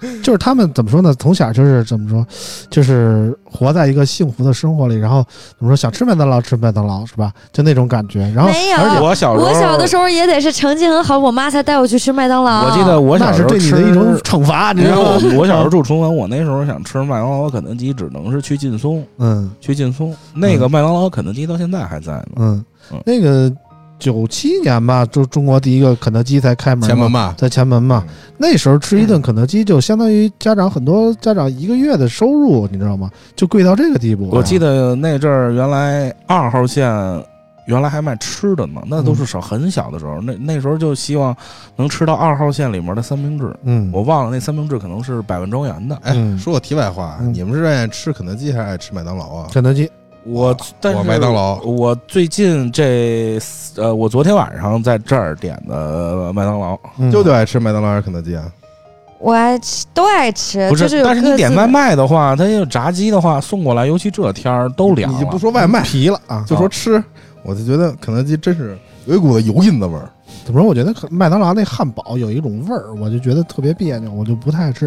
对就是他们怎么说呢？从小就是怎么说，就是活在一个幸福的生活里，然后怎么说，想吃麦当劳吃麦当劳是吧？就那种感觉。然后没有，而且我小时候，哎我小的时候也得是成绩很好，我妈才带我去吃麦当劳。我记得我那小时是候对你的吃一种惩罚，你因知为道吗？ 我我小时候住崇文，我那时候想吃麦当劳、肯德基，只能是去劲松，嗯去劲松。那嗯个麦当劳、肯德基到现在还在呢。嗯嗯，那个九七年吧，就中国第一个肯德基才开门前门嘛，吧，在前门嘛。嗯那时候吃一顿肯德基就相当于家长很多家长一个月的收入，你知道吗？就贵到这个地步。啊我记得那阵儿，原来二号线原来还卖吃的呢，嗯那都是小很小的时候，那那时候就希望能吃到二号线里面的三明治。嗯，我忘了那三明治可能是百万庄园的，哎嗯，说个题外话，嗯你们是爱吃肯德基还是爱吃麦当劳啊？肯德基，我 但是我麦当劳我最近这呃，我昨天晚上在这儿点的麦当劳，嗯舅舅爱吃麦当劳还是肯德基啊？我爱吃，都爱吃，不，呃就是有但是各你自点的外卖的话，它有炸鸡的话送过来，尤其这天儿都凉了。你就不说外卖，皮了啊！就说吃，我就觉得肯德基真是有一股子油印子味儿。怎么说？我觉得可麦当劳那汉堡有一种味儿，我就觉得特别别扭，我就不太爱吃，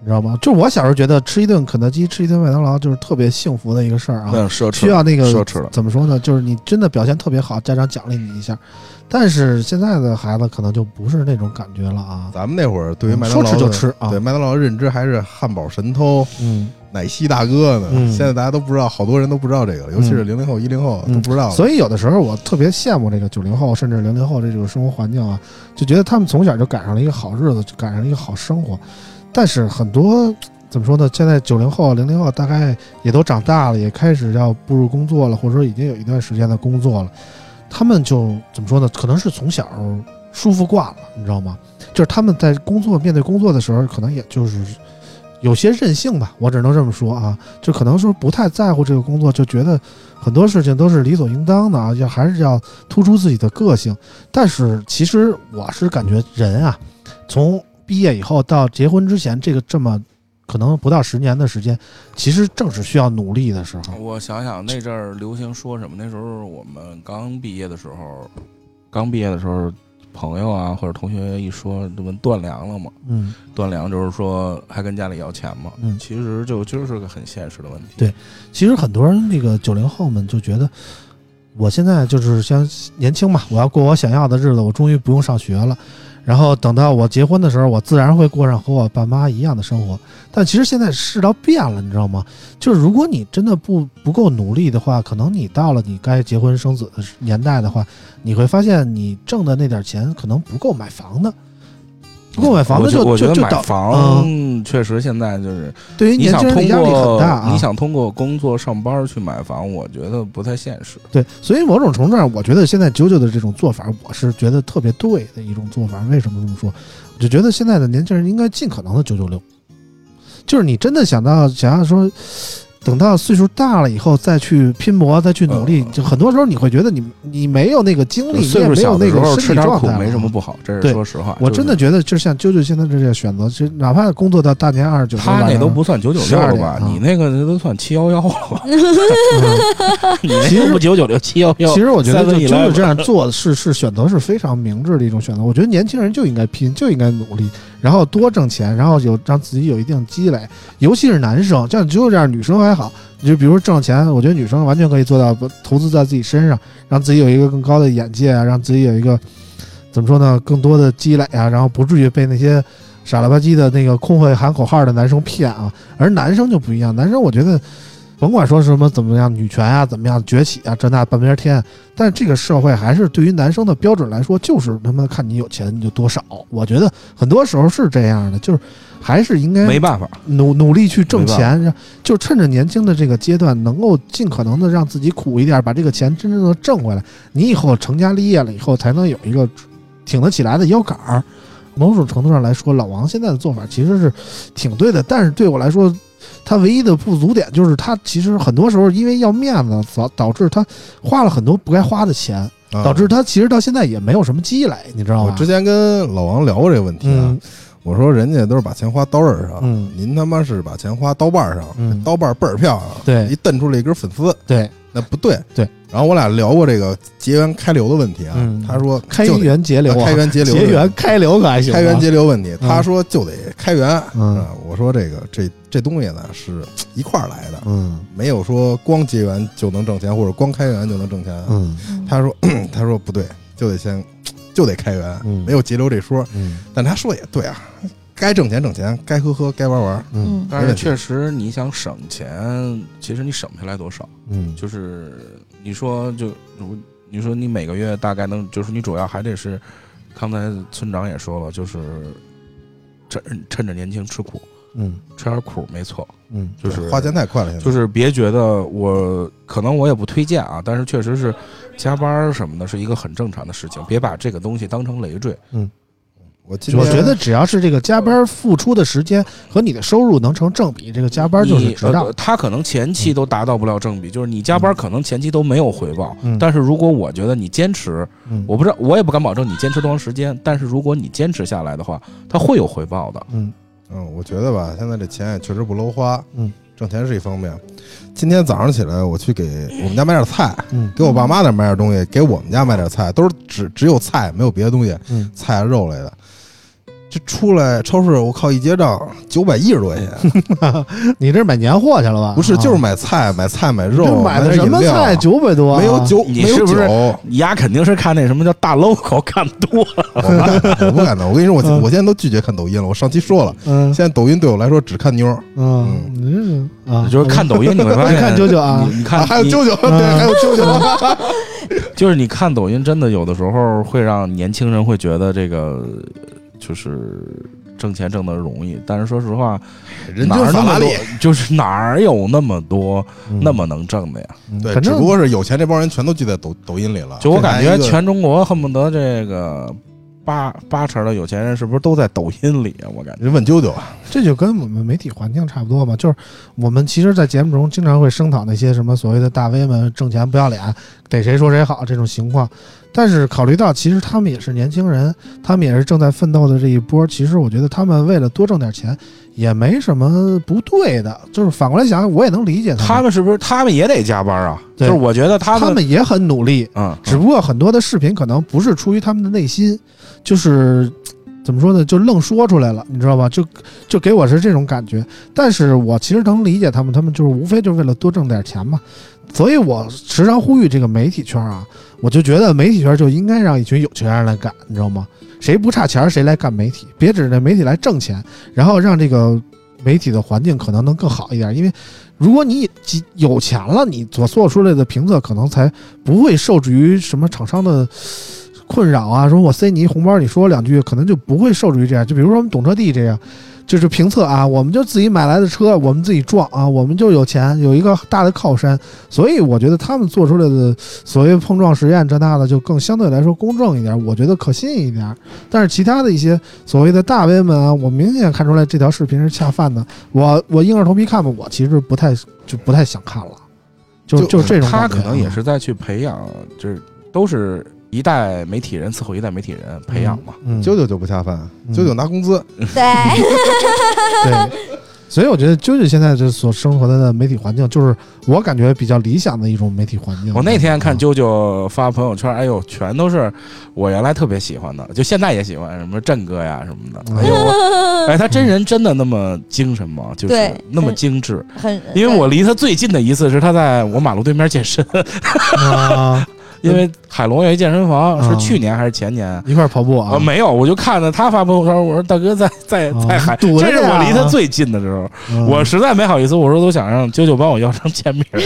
你知道吗？就我小时候觉得吃一顿肯德基、吃一顿麦当劳就是特别幸福的一个事儿啊。那嗯奢侈需要那个奢侈了怎么说呢？就是你真的表现特别好，家长奖励你一下。但是现在的孩子可能就不是那种感觉了啊。咱们那会儿对于麦当说劳吃就的吃啊对麦当劳的认知还是汉堡神偷、嗯，奶昔大哥呢。嗯现在大家都不知道，好多人都不知道这个，尤其是零零后、一零后嗯都不知道。以所以有的时候我特别羡慕这个九零后甚至零零后这种生活环境啊，就觉得他们从小就赶上了一个好日子，就赶上了一个好生活。但是很多怎么说呢？现在九零后、零零后大概也都长大了，也开始要步入工作了，或者说已经有一段时间的工作了，他们就怎么说呢？可能是从小舒服惯了，你知道吗？就是他们在工作面对工作的时候，可能也就是有些任性吧，我只能这么说啊，就可能说不太在乎这个工作，就觉得很多事情都是理所应当的啊，要还是要突出自己的个性。但是其实我是感觉人啊，从毕业以后到结婚之前，这个这么可能不到十年的时间，其实正是需要努力的时候。我想想那阵儿流行说什么？那时候我们刚毕业的时候，刚毕业的时候，朋友啊或者同学一说，就问断粮了吗？嗯，断粮就是说还跟家里要钱吗？嗯其实就就是个很现实的问题。对其实很多人那个九零后们就觉得，我现在就是像年轻嘛，我要过我想要的日子，我终于不用上学了。然后等到我结婚的时候，我自然会过上和我爸妈一样的生活。但其实现在世道变了，你知道吗？就是如果你真的不不够努力的话，可能你到了你该结婚生子的年代的话，你会发现你挣的那点钱可能不够买房的，不够买房我的觉就我觉就得就买导房确实现在就是对于你年想轻人的通压力很过大啊。你想通过工作上班去买房，我觉得不太现实。对，所以某种程度上，我觉得现在九九的这种做法，我是觉得特别对的一种做法。为什么这么说？我就觉得现在的年轻人应该尽可能的九九六，就是你真的想到想要说，等到岁数大了以后再去拼搏，再去努力，嗯就很多时候你会觉得你你没有那个精力，你岁也数没小有的那时候个吃身体点状苦态没了什么不好，这对是说实话。我就是真的觉得，就是像啾啾现在这些选择，其实哪怕工作到大年二十九，他那都不算九九六了12吧点啊？你那个都算七幺幺了吧？嗯 你那都不九九六七幺幺其。实我觉得就7-11真的这样做的是是选择是非常明智的一种选择。我觉得年轻人就应该拼，就应该努力，然后多挣钱，然后有让自己有一定积累。尤其是男生，像只有这样女生还好，你就比如说挣钱，我觉得女生完全可以做到不投资在自己身上，让自己有一个更高的眼界啊，让自己有一个怎么说呢，更多的积累啊，然后不至于被那些傻了吧唧的那个空会喊口号的男生骗啊。而男生就不一样，男生我觉得。甭管说什么怎么样，女权啊，怎么样崛起啊，这那半边天，但是这个社会还是对于男生的标准来说，就是他妈看你有钱你就多少。我觉得很多时候是这样的，就是还是应该没办法，努努力去挣没办钱，让就趁着年轻的这个阶段，能够尽可能的让自己苦一点，把这个钱真正的挣回来。你以后成家立业了以后，才能有一个挺得起来的腰杆儿。某种程度上来说，老王现在的做法其实是挺对的，但是对我来说，他唯一的不足点就是他其实很多时候因为要面子，导导致他花了很多不该花的钱，啊导致他其实到现在也没有什么积累，你知道我吧之？前跟老王聊过这个问题啊，嗯我说人家都是把钱花刀刃上，嗯您他妈是把钱花刀把上，嗯刀把倍儿漂亮，对一瞪出来一根粉丝，对，那不对。对，然后我俩聊过这个结缘开流的问题啊，嗯他说开就得呃源节流啊，开源节 流，结缘开流可还行吧，开源节流问题，嗯他说就得开源。嗯啊我说这个这这东西呢是一块儿来的，嗯没有说光结缘就能挣钱，或者光开源就能挣钱。嗯他说 他说不对，就得先就得开源，嗯没有节流这说。嗯但他说也对啊，该挣钱挣钱，该喝喝，该玩玩。 嗯但是确实你想省钱，其实你省不下来多少。嗯就是你说就你说你每个月大概能，就是你主要还得是，刚才村长也说了，就是趁趁着年轻吃苦，嗯吃点苦没错，嗯就是花钱太快了，现在就是别觉得我可能我也不推荐啊，但是确实是加班儿什么的是一个很正常的事情，别把这个东西当成累赘。我今天我觉得只要是这个加班付出的时间和你的收入能成正比，这个加班就是你值当呃。他可能前期都达到不了正比，就是你加班可能前期都没有回报，嗯但是如果我觉得你坚持，嗯我不知道我也不敢保证你坚持多长时间，但是如果你坚持下来的话，它会有回报 的。嗯嗯，我觉得吧，现在这钱也确实不搂花，嗯，挣钱是一方面。今天早上起来，我去给我们家买点菜，嗯给我爸妈那儿买点东西，给我们家买点菜，都是只只有菜，没有别的东西，嗯菜啊肉类的。这出来超市，我靠，一结账九百一十多块钱，你这是买年货去了吧？不是啊就是买菜、买菜、买这肉，买买的点什饮么料菜？九百多啊？没有酒，你没有是不是酒， 你丫肯定是看那什么叫大 logo 看多了，我不敢，我不敢的。我跟你说，我嗯我现在都拒绝看抖音了。我上期说了，嗯现在抖音对我来说只看妞儿，嗯，你这是啊，就是看抖音你 会发现，看九九啊嗯你你啊 看还有你舅舅，对，还有舅舅，就是你看抖音，真的有的时候会让年轻人会觉得这个就是挣钱挣得容易，但是说实话， 人哪均儿那法拉么利多，，就是哪儿有那么多嗯那么能挣的呀？嗯对，反只不正过是有钱这帮人全都聚在抖抖音里了。就我这还感觉一个全中国恨不得这个八八成的有钱人是不是都在抖音里啊？我感觉。人问啾啾，这就跟我们媒体环境差不多嘛，就是我们其实，在节目中经常会声讨那些什么所谓的大 V 们挣钱不要脸，逮谁说谁好这种情况。但是考虑到其实他们也是年轻人，他们也是正在奋斗的这一波，其实我觉得他们为了多挣点钱也没什么不对的，就是反过来想，我也能理解他他们，们是不是他们也得加班啊？就嗯对是我觉得他他们，们也很努力，嗯，只不过很多的视频可能不是出于他们的内心，就是怎么说呢，就愣说出来了，你知道吧？就就给我是这种感觉。但是我其实能理解他们，他们就是无非就是为了多挣点钱嘛。所以我时常呼吁这个媒体圈啊，我就觉得媒体圈就应该让一群有钱人来干，你知道吗？谁不差钱儿谁来干媒体，别指着媒体来挣钱，然后让这个媒体的环境可能能更好一点，因为。如果你几有钱了，你所做出来的评测可能才不会受制于什么厂商的困扰啊。说我塞你一红包，你说我两句，可能就不会受制于这样。就比如说我们懂车帝这样，就是评测啊，我们就自己买来的车，我们自己撞啊，我们就有钱，有一个大的靠山。所以我觉得他们做出来的所谓碰撞实验这那的，就更相对来说公正一点，我觉得可信一点。但是其他的一些所谓的大 V 们啊，我明显看出来这条视频是恰饭的，我我硬着头皮看吧，我其实不太就不太想看了。就就就是这种他感觉可能也啊是在去培养，就是都是一代媒体人伺候一代媒体人培养嘛。嗯九九就不下饭，嗯九九拿工资，哎对，对， 所以我觉得啾啾现在这所生活的媒体环境，就是我感觉比较理想的一种媒体环境。我那天看就啾啾发朋友圈，哎呦，全都是我原来特别喜欢的，就现在也喜欢什么振哥呀什么嗯 的。哎呦，我哎，他真人真的那么精神吗？就是对那么精致。很因为我离他最近的一次是他在我马路对面健身，嗯 啊，因为海龙有一健身房，是嗯去年还是前年？一块儿跑步啊啊，，没有，我就看着他发朋友圈，我说大哥在在啊在海，堵着这是呀我离他最近的时候，嗯我实在没好意思，我说都想让九九帮我要张签名 儿，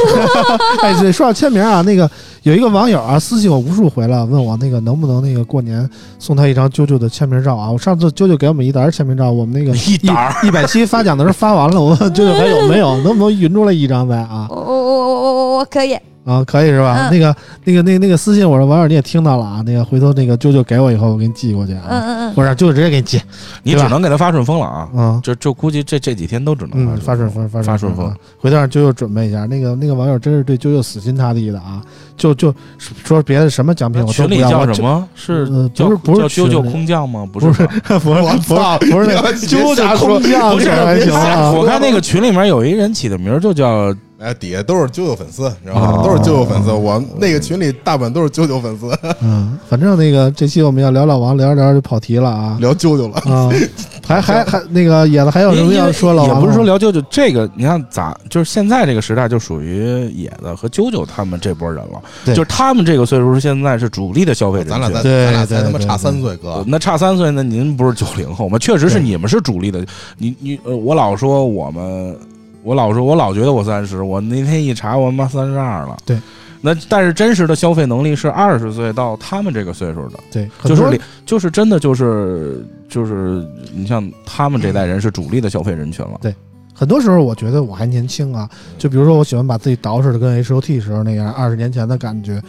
哎，对，说到签名啊，那个有一个网友啊私信我无数回了，问我那个能不能那个过年送他一张啾啾的签名照啊？我上次啾啾给我们一沓签名照，我们那个一沓儿一百期发奖的时候发完了，我问啾啾还有没有，能不能匀出来一张呗啊？我我我我我我我可以，啊，可以是吧？嗯那个、那个、那个、那个私信我说网友你也听到了啊，那个回头那个啾啾给我以后，我给你寄过去啊，嗯嗯嗯，或者啾啾直接给你寄你只能给他发顺丰了啊，啊。就就估计这这几天都只能嗯，发顺顺丰，发发顺丰啊，回头让啾啾准备一下。那个那个网友真是对啾啾死心塌地的啊，就就说别的什么奖品那我都群不里要，叫我什么？是呃叫不是不是叫群啾里啾空降吗？不是吧， 就不是不是不是那个啾啾空降不是这还行啊， 我看那个群里面有一人起的名儿就叫哎，底下都是九九粉丝，你知道吗？哦都是九九粉丝，我们那个群里大部分都是九九粉丝， 嗯，反正那个这期我们要聊老王，聊着聊着就跑题了 啊聊九九了。啊，还还还那个野子还有什么因要为说老王也吗？不是说聊舅舅这个，你看咱就是现在这个时代就属于野子和啾啾他们这波人了，对就是他们这个岁数是现在是主力的消费人群。咱俩咱对咱俩才对他妈对差对三岁，哥，那差三岁，那您不是九零后吗？确实是你们是主力的。你你呃，我老说我们，我老说，我老觉得我三十，我那天一查，我妈三十二了。对，那但是真实的消费能力是二十岁到他们这个岁数的，对，就很是多里就是真的就是就是，你像他们这代人是主力的消费人群了。很多时候我觉得我还年轻啊，就比如说我喜欢把自己捯饬的跟 H O T 时候那样，二十年前的感觉。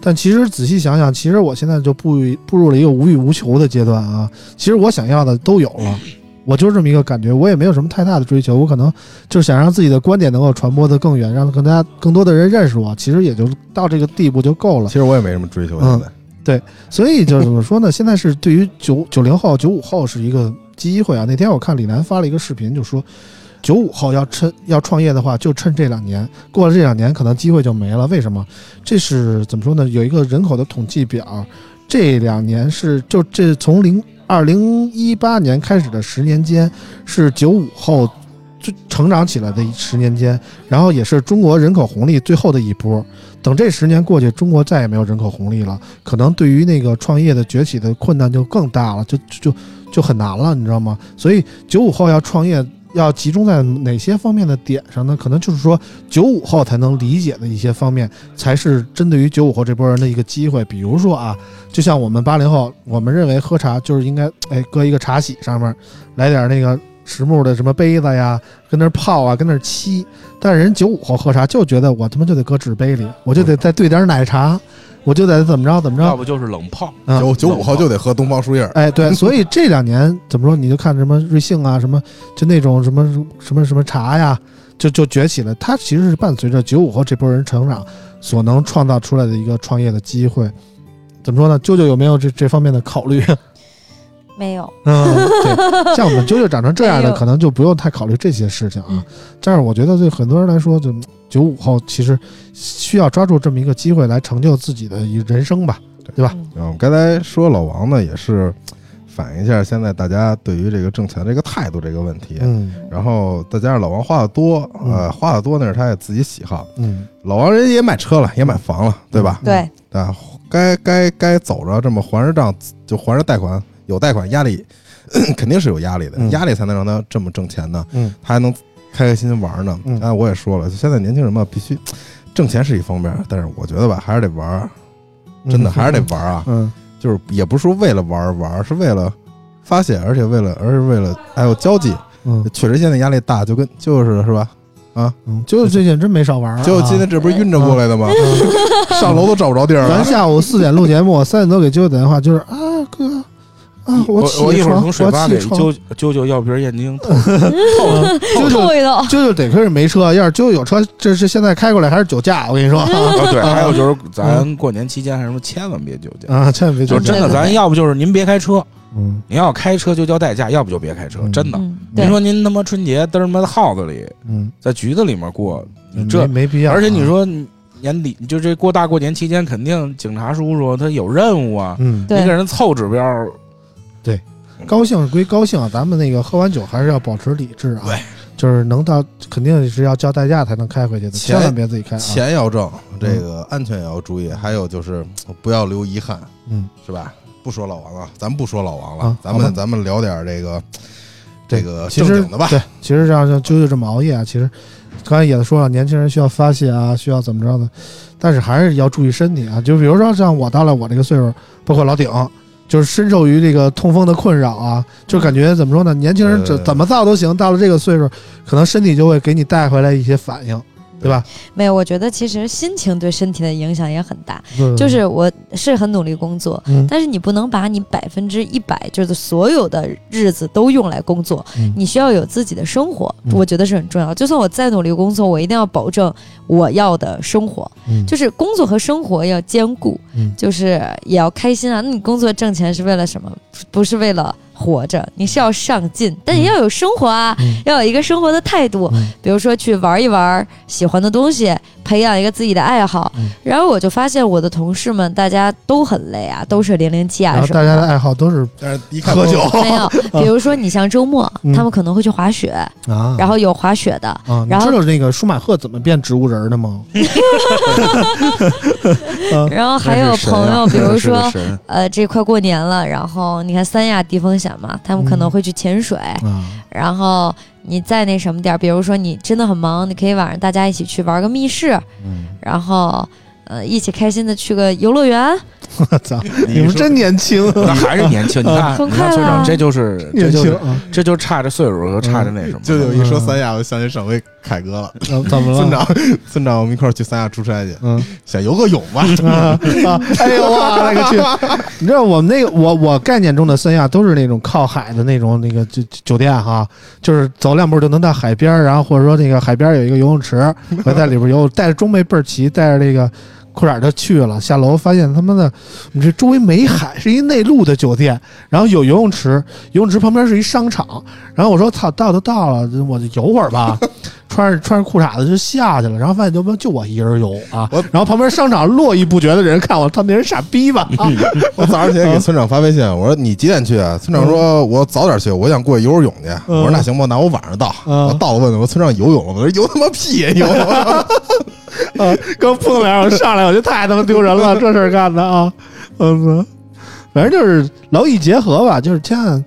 但其实仔细想想，其实我现在就步入步入了一个无欲无求的阶段啊。其实我想要的都有了，我就是这么一个感觉，我也没有什么太大的追求。我可能就是想让自己的观点能够传播的更远，让更大更多的人认识我。其实也就到这个地步就够了其。实我也没什么追嗯求，现在所以就是怎么说呢？现在是对于九九零后、九五后是一个机会啊。那天我看李楠发了一个视频，就说九五后要趁要创业的话，就趁这两年，过了这两年可能机会就没了。为什么？这是怎么说呢？有一个人口的统计表，这两年是就这从零二零一八年开始的十年间，是九五后就成长起来的十年间，然后也是中国人口红利最后的一波。等这十年过去，中国再也没有人口红利了，可能对于那个创业的崛起的困难就更大了，就就就就很难了，你知道吗？所以九五后要创业。要集中在哪些方面的点上呢？可能就是说，九五后才能理解的一些方面，才是针对于九五后这波人的一个机会。比如说啊，就像我们八零后，我们认为喝茶就是应该，哎，搁一个茶洗上面，来点那个实木的什么杯子呀，跟那儿泡啊，跟那儿沏。但是人九五后喝茶就觉得我他妈就得搁纸杯里，我就得再兑点奶茶，我就得怎么着怎么着嗯要。不就是冷泡，啊九九五后就得喝东方树叶儿，哎，对，所以这两年怎么说，你就看什么瑞幸啊，什么就那种什么什么什么茶呀，就就崛起了。它其实是伴随着九五后这波人成长所能创造出来的一个创业的机会。怎么说呢？啾啾有没有这这方面的考虑？ 没有，嗯，对，像我们啾啾长成这样没的，有可能就不用太考虑这些事情啊嗯。但是我觉得对很多人来说，就九五后其实需要抓住这么一个机会来成就自己的一人生吧。啊，我们刚才说老王呢，也是反映一下现在大家对于这个挣钱这个态度这个问题。嗯然后再加上老王花的多，呃，嗯花的多那是他也自己喜好。嗯，老王人也买车了，也买房了，对嗯吧？对，啊，该该该走着，这么还着账就还着贷款，有贷款压力 肯定是有压力的，嗯压力才能让他这么挣钱呢，嗯，他还能开开心心玩呢。嗯刚才我也说了，就现在年轻人嘛，必须挣钱是一方面，但是我觉得吧，还是得玩儿，真的还是得玩儿啊，嗯就是也不是说为了玩儿玩儿，是为了发泄，而且为了而是为了还有交际，嗯确实现在压力大，就跟就是是吧？嗯，啾啾最近真没少玩儿啊。就今天这不是晕着过来 的吗？上楼都找不着地儿咱了。下午四点录节目，三点多给啾啾打电话，就是啊哥啊，我起一会儿床，从水吧我给起床。啾啾啾要瓶燕京，啾啾透一 透，啾啾得亏是没车，要是啾啾有车， 这是现在开过来还是酒驾，我跟你 说啊，对，还有就是咱过年期间还是什么，千万别酒驾。啊，千万别酒就驾嗯真。的，咱要不就是您别开车，嗯，您要开车就叫代驾，要不就别开车，嗯真的。嗯，您对，说您他妈春节嘚儿他妈耗子里，嗯，在局子里面过，你没这没必要。啊而且你，说你年底就这过大过年期间，肯定警察叔叔他有任务啊，嗯，你对给人凑指标，高兴归高兴，咱们那个喝完酒还是要保持理智啊。对，就是能到肯定是要叫代驾才能开回去的，钱千万别自己开啊。钱要挣，这个安全也要注意，还有就是不要留遗憾，嗯，是吧？不说老王了，咱们不说老王了，啊咱好们吧咱们聊点这个这个其正实经的吧。对，其实这样像啾啾这么熬夜啊，其实刚才也说了，年轻人需要发泄啊，需要怎么着的，但是还是要注意身体啊。就比如说像我到了我这个岁数，包括老顶。就是深受于这个痛风的困扰啊，就感觉怎么说呢？年轻人呃怎怎么造都行，到了这个岁数，可能身体就会给你带回来一些反应，对吧？没有，我觉得其实心情对身体的影响也很大。嗯对就是我是很努力工作，嗯但是你不能把你百分之一百就是所有的日子都用来工作，嗯你需要有自己的生活，嗯我觉得是很重要。就算我再努力工作，我一定要保证我要的生活，嗯就是工作和生活要兼顾，嗯就是也要开心啊。那你工作挣钱是为了什么？不是为了活着，你是要上进，但也要有生活啊，嗯要有一个生活的态度。嗯比如说去玩一玩喜欢的东西，培养一个自己的爱好。嗯然后我就发现我的同事们大家都很累啊，都是零零七然啊后什大么家的 的。爱好都是但是一看喝都酒没有，比如说你像周末，嗯他们可能会去滑雪， 嗯啊然后有滑雪的，啊，你然后知道那个舒马赫怎么变植物人的吗？然后还有那是神啊朋友，比如那说 是个神呃，这快过年了，然后你看三亚地风险嘛，他们嗯可能会去潜水，啊， 然后你再那什么点儿，比如说你真的很忙，你可以晚上大家一起去玩个密室，嗯然后呃一起开心的去个游乐园，我操，你你们说真年轻，那还是年轻，你看，很你看快村长，啦这就是，这年就轻是，啊，这就差着岁数和差着那什么了，就有一说三亚，我就想起上回凯哥了。怎怎么村了？长，村长，我们一块儿去三亚出差去，啊嗯嗯想游个泳 吧。啊啊！ 哎呦我勒个去！你知道我们那个我我概念中的三亚都是那种靠海的那种那个酒酒店哈，就是走两步就能到海边儿，然后或者说那个海边儿有一个游泳池，我在里边游泳，带着装备倍儿齐，带着那个裤衩儿就去了。下楼发现他妈的，我们这周围没海，是一内陆的酒店，然后有游泳池，游泳池旁边是一商场。然后我说操，到都到了，我就游会儿吧。穿着穿着裤衩子就下去了，然后发现就就我一人游啊我，然后旁边商场络绎不绝的人看我，他们那人傻逼吧？啊 我早上起来给村长发微信，我说你几点去啊？村长嗯说我早点去，我想过去游会儿泳去。我说那行吧，那我晚上到。嗯我到了问我村长游泳了吗，我说游他妈屁呀 游！啊，刚扑通两下我上来，我就太他妈丢人了，这事儿干的啊！嗯，反正就是劳逸结合吧，就是千万，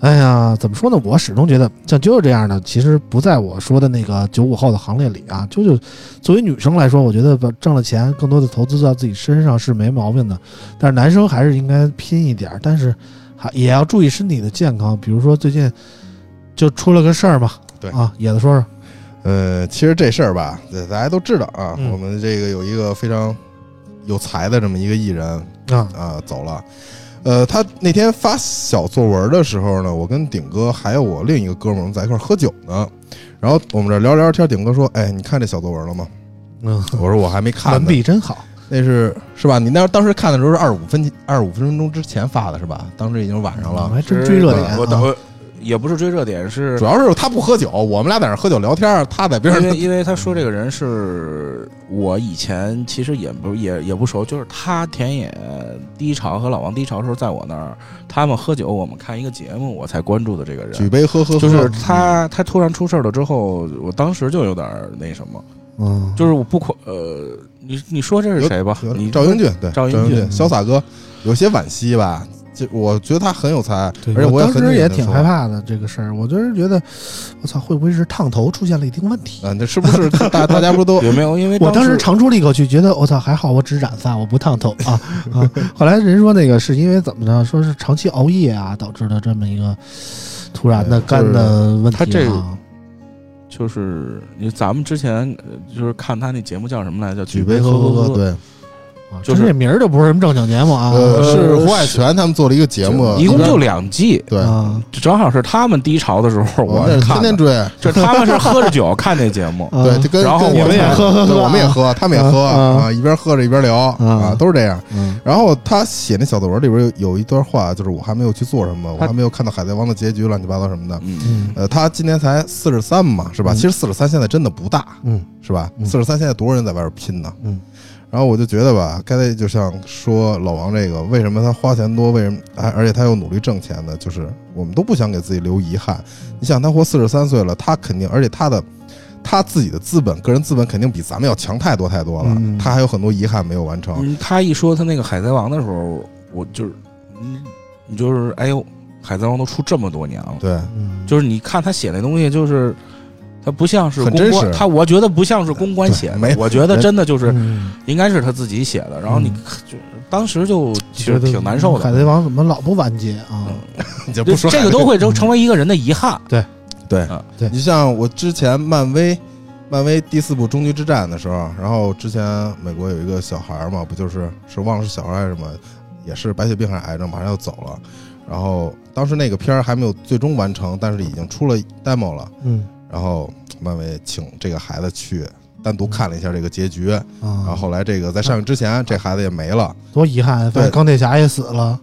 哎呀，怎么说呢？我始终觉得像啾啾这样的，其实不在我说的那个九五后的行列里啊。啾啾作为女生来说，我觉得把挣了钱，更多的投资到自己身上是没毛病的，但是男生还是应该拼一点儿，但是还也要注意身体的健康。比如说最近就出了个事儿嘛，对啊，野子说说，呃，其实这事儿吧，对大家都知道啊。嗯我们这个有一个非常有才的这么一个艺人啊，啊，走了。呃，他那天发小作文的时候呢，我跟顶哥还有我另一个哥们儿我们在一块儿喝酒呢，然后我们这聊聊天，顶哥说：“哎，你看这小作文了吗嗯，？”我说：“我还没看文呢。”笔真好，那是是吧？你那当时看的时候是二十五分二十五分钟之前发的是吧？当时已经晚上我了。还真嗯追热点我啊！等也不是追热点，是主要是他不喝酒，我们俩在那儿喝酒聊天，他在边因为上因为他说这个人是我以前其实也不也也不熟，就是他田野第一潮和老王第一潮的时候，在我那儿他们喝酒，我们看一个节目，我才关注的这个举嗯人。杯喝喝喝。就是他，他突然出事儿了之后，我当时就有点儿那什么，嗯，就是我不管呃，你你说这是谁吧？有你赵英俊对赵英英俊潇洒哥有些惋惜吧。就我觉得他很有才，而对，且我也当很时久也没挺说害。怕的这个事儿，我就是觉得，我操，会不会是烫头出现了一定问题？嗯，这是不是大大家不都 有没有？因为我当时时长出了一口气，觉得我操，还好我只染发，我不烫头啊啊！后来人说那个是因为怎么着，说是长期熬夜啊导致的这么一个突然的对肝就是的问题、啊他这就是你咱们之前呃就是看他那节目叫什么来着？举杯喝喝喝？，对，啊就真是这名儿就不是什么正经节目啊。呃，是呃胡海泉他们做了一个节目，啊一共就两季，对，啊正好是他们低潮的时候，我我哦们那是看天的天追，就他们是喝着酒看这 节目，啊对，就跟然后跟我们也喝喝对喝我们也喝，他们也喝啊啊啊，一边喝着一边聊啊，都是这样。嗯然后他写那小作文里边有有一段话，就是我还没有去做什么，我还没有看到《海贼王》的结局，乱七八糟什么的。嗯，嗯呃，他今年才四十三嘛，是吧？嗯其实四十三现在真的不大，嗯，是吧？嗯四十三现在多少人在外边拼呢？嗯，然后我就觉得吧，刚才就像说老王这个，为什么他花钱多，为什么而而且他又努力挣钱呢？就是我们都不想给自己留遗憾。你想，他活四十三岁了，他肯定，而且他的他自己的资本，个人资本肯定比咱们要强太多太多了。嗯他还有很多遗憾没有完成。嗯他一说他那个《海贼王》的时候，我就是，嗯，你就是，哎呦，《海贼王》都出这么多年了，对，嗯，就是你看他写那东西，就是他不像是很公真关，实他我觉得不像是公关写对没的，我觉得真的就是嗯应该是他自己写的。然后你嗯就当时就其实觉得挺难受嗯海的，贼王怎么老不完结啊？你就就不说这海个贼 都会成成为一个人的遗憾。对啊对你像我之前漫威，漫威第四部终局之战的时候，然后之前美国有一个小孩儿嘛，不就是是忘了是小孩儿还是什么，也是白血病还是癌症，马上要走了。然后当时那个片儿还没有最终完成，但是已经出了 demo 了。嗯然后漫威请这个孩子去单独看了一下这个结局。然啊，后后来这个在上映之前，这孩子也没了。多遗憾，反对正钢铁侠也死 了，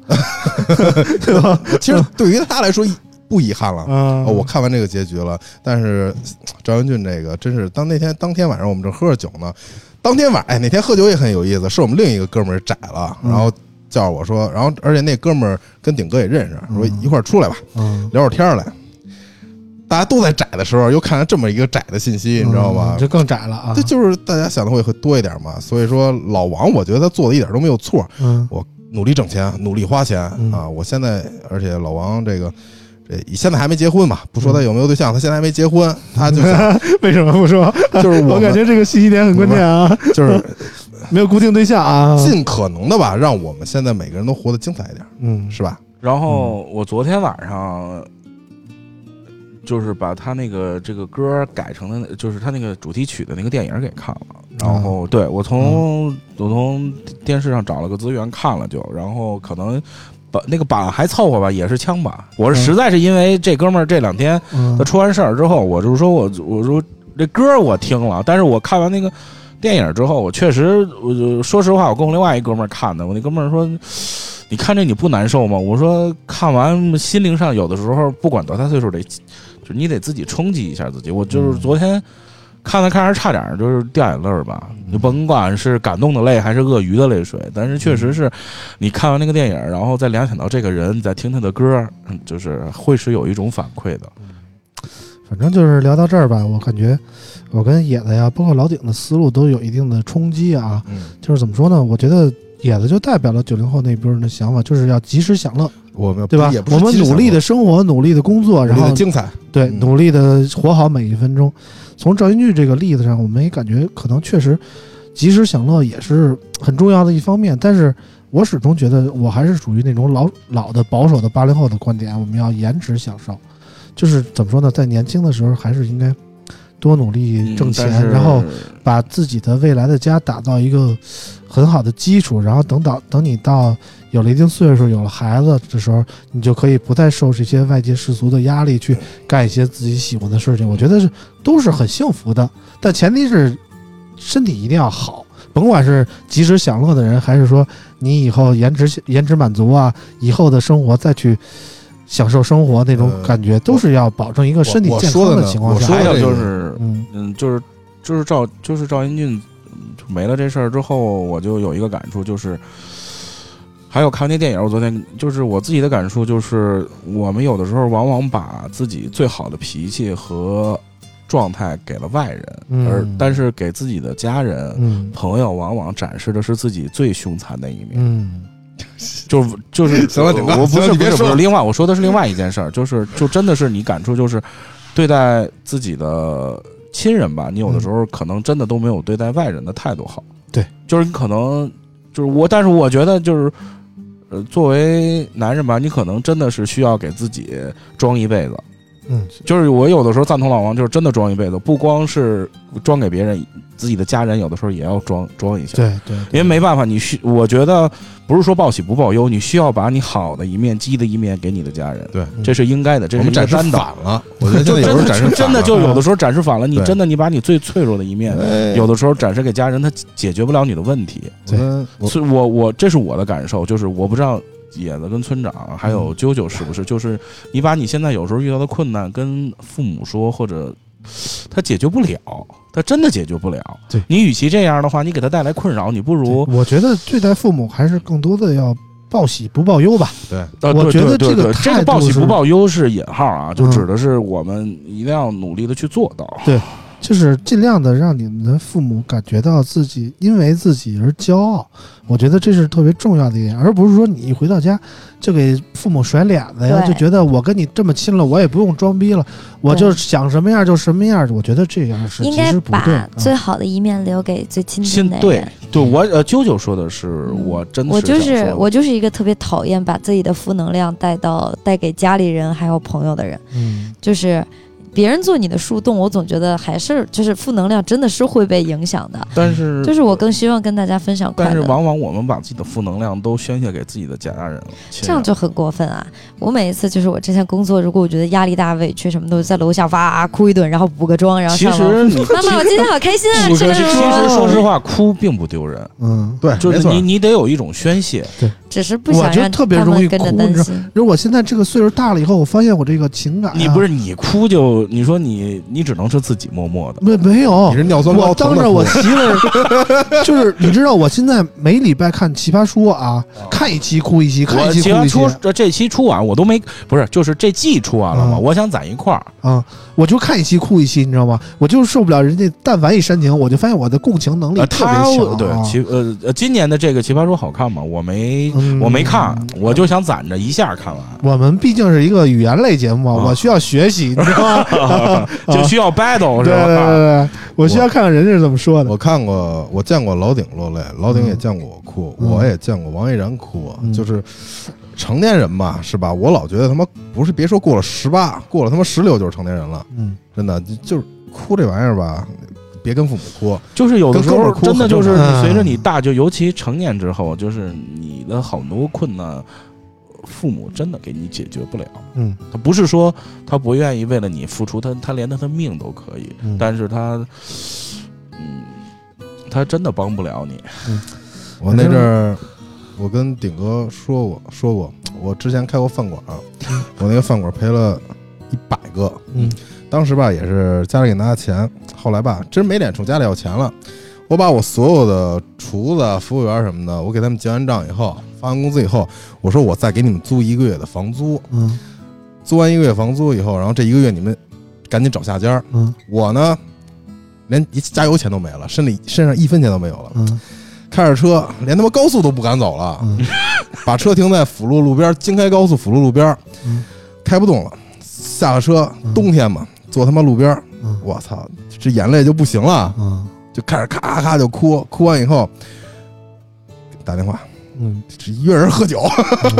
对 吧？其嗯实对于他来说不遗憾了，啊哦，我看完这个结局了，但是赵元俊这个真是当那天当天晚上我们正喝着酒呢，当天晚哎那天喝酒也很有意思，是我们另一个哥们儿窄了，嗯然后叫我说，然后而且那哥们儿跟顶哥也认识，说嗯一块儿出来吧，嗯，聊会儿天儿来。大家都在窄的时候，又看到这么一个窄的信息，你知道吗嗯？这更窄了啊这！就是大家想的会会多一点嘛。所以说，老王我觉得他做的一点都没有错，嗯努力挣钱，努力花钱、嗯啊！我现在，而且老王这个，这现在还没结婚嘛，不说他有没有对象，他现在还没 结婚，他就想 为什么不说？就是我我感们觉这个信息点很关键啊，就是没有固定对象啊。尽可能的吧，让我们现在每个人都活得精彩一点，嗯，是吧？然后嗯我昨天晚上就是把他那个这个歌改成的，就是他那个主题曲的那个电影给看了。嗯然后对我从、我从电视上找了个资源看了就，然后可能。把那个版还凑合吧，也是枪版。我是嗯实在是因为这哥们儿这两天嗯他出完事儿之后，我就是说我我说这歌儿我听了，但是我看完那个电影之后，我确实我就说实话，我跟我另外一哥们儿看的，我那哥们儿说。你看这你不难受吗？我说看完心灵上有的时候不管多大岁数得，就是你得自己冲击一下自己。我就是昨天看着看着差点儿就是掉眼泪儿吧，你甭管是感动的泪还是鳄鱼的泪水，但是确实是你看完那个电影，然后再联想到这个人，你再听他的歌儿，嗯就是会是有一种反馈的。反正就是聊到这儿吧，我感觉我跟野子呀，包括老顶的思路都有一定的冲击啊。嗯，就是怎么说呢？我觉得野子就代表了九零后那波人的想法，就是要及时享乐，我们对吧也？不是我们积极努力的想生活，努力的工作，活然努力后的精彩，对，嗯努力的活好每一分钟。从赵英俊这个例子上，我们也感觉可能确实及时享乐也是很重要的一方面，但是我始终觉得我还是属于那种老老的保守的八零后的观点，我们要延迟享受，就是怎么说呢，在年轻的时候还是应该多努力挣钱，嗯但是然后把自己的未来的家打造一个很好的基础，然后等到等你到有了一定岁数，有了孩子的时候，你就可以不再受这些外界世俗的压力，去干一些自己喜欢的事情。我觉得是都是很幸福的，但前提是身体一定要好，甭管是及时享乐的人，还是说你以后延迟延迟满足啊，以后的生活再去享受生活那种呃感觉，都是要保证一个身体我健康我说的呢情况我说下还的。有就这个是嗯，嗯，就是就是赵就是赵英俊嗯就没了这事儿之后，我就有一个感触，就是还有看那电影，我昨天就是我自己的感触，就是我们有的时候往往把自己最好的脾气和状态给了外人，嗯而但是给自己的家人。嗯朋友往往展示的是自己最凶残的一面，嗯就是就是，行了顶哥我不行了是不你别是不说是，了另外我说的是另外一件事儿，就是就真的是你感触就是，对待自己的亲人吧，你有嗯的时候可能真的都没有对待外人的态度好。对，就是你可能就是我，但是我觉得就是。呃，作为男人吧，你可能真的是需要给自己装一辈子。嗯，就是我有的时候赞同老王，就是真的装一辈子，不光是装给别人，自己的家人有的时候也要装装一下。对对，因为没办法，你需我觉得不是说报喜不报忧，你需要把你好的一面、积极的一面给你的家人，对，嗯这是应该的，这嗯我是们一个展示担反当。了，我觉得现在有时候真的展示真的就有的时候展示反了，你对真的你把你最脆弱的一面，有的时候展示给家人，他解决不了你的问题。对，我我所以我我这是我的感受，就是我不知道野子跟村长 还有啾啾是不是，就是你把你现在有时候遇到的困难跟父母说，或者他解决不了，他真的解决不了。对你与其这样的话，你给他带来困扰，你不如我觉得对待父母还是更多的要报喜不报忧吧。对呃我对觉得对这个对这态个度报喜是不报忧是引号啊，就嗯指的是我们一定要努力的去做到。就是尽量的让你们的父母感觉到自己因为自己而骄傲，我觉得这是特别重要的一点，而不是说你一回到家就给父母甩脸子呀，对就觉得我跟你这么亲了，我也不用装逼了，我就想什么样就什么样。我觉得这样是应其该实不对把啊。最好的一面留给最亲近现的嗯对人。对，我呃，啾啾说的是嗯我真我就实想是说我就是一个特别讨厌把自己的负能量带到带给家里人还有朋友的人，嗯，就是别人做你的树洞，我总觉得还是就是负能量真的是会被影响的。但是就是我更希望跟大家分享快但是乐，往往我们把自己的负能量都宣泄给自己的家人了，这样就很过分啊！我每一次就是我之前工作，如果我觉得压力大、委屈什么的，我就在楼下哇啊哭一顿，然后补个妆，然后其上楼实你妈妈，我今天好开心啊， 其吃实了其什实么？说实话，哭并不丢人，嗯，对，就没是错你，你得有一种宣泄。只是不我想就让特别他容们易跟着哭担你知心。如果现在这个岁数大了以后，我发现我这个情感啊、你不是你哭就你说你你只能是自己默默的，没没有你，是尿酸高哦我疼当的着我哭媳妇儿，就是你知道，我现在每礼拜看《奇葩说》啊，看一期哭一期，看我一期其哭实一期出这这期出完我都没不是，就是这季出完了嘛，嗯我想攒一块儿。啊，我就看一期哭一期，你知道吗？我就受不了人家，但凡一煽情，我就发现我的共情能力呃，特别他强啊。对奇呃呃，今年的这个《奇葩说》好看吗？我没嗯我没看，我就想攒着一下看 完，我们毕竟是一个语言类节目啊，啊我需要学习，你知道吗？ 就需要 battle 对是对啊对吧？对，我需要看看人家是怎么说的。我看过，我见过老顶落泪，老顶也嗯见过我哭，嗯我也见过王一然哭啊，嗯就是成年人嘛，是吧？我老觉得他妈不是，别说过了十八，过了他妈十六就是成年人了，嗯，真的就就是哭这玩意儿吧，别跟父母哭，就是有的时跟哥候们儿哭真的就是很正常嗯你随着你大，就尤其成年之后，就是你的好多困难，父母真的给你解决不了。嗯，他不是说他不愿意为了你付出，他他连他的命都可以，嗯但是他，嗯，他真的帮不了你。我那阵儿，我跟顶哥说过说过，我之前开过饭馆儿，我那个饭馆赔了一百个。嗯，当时吧也是家里给拿钱，后来吧真没脸冲家里要钱了。我把我所有的厨子、啊服务员什么的，我给他们结完账以后，发完工资以后，我说我再给你们租一个月的房租，嗯租完一个月房租以后，然后这一个月你们赶紧找下家儿。嗯我呢，连一加油钱都没了，身里身上一分钱都没有了。嗯开着车，连他妈高速都不敢走了，嗯 把车停在辅路路边儿，京开高速辅路路边儿，嗯开不动了，下了车嗯，冬天嘛，坐他妈路边儿，嗯我操，这眼泪就不行了，嗯就开始咔咔就哭，哭完以后打电话，嗯这约人喝酒，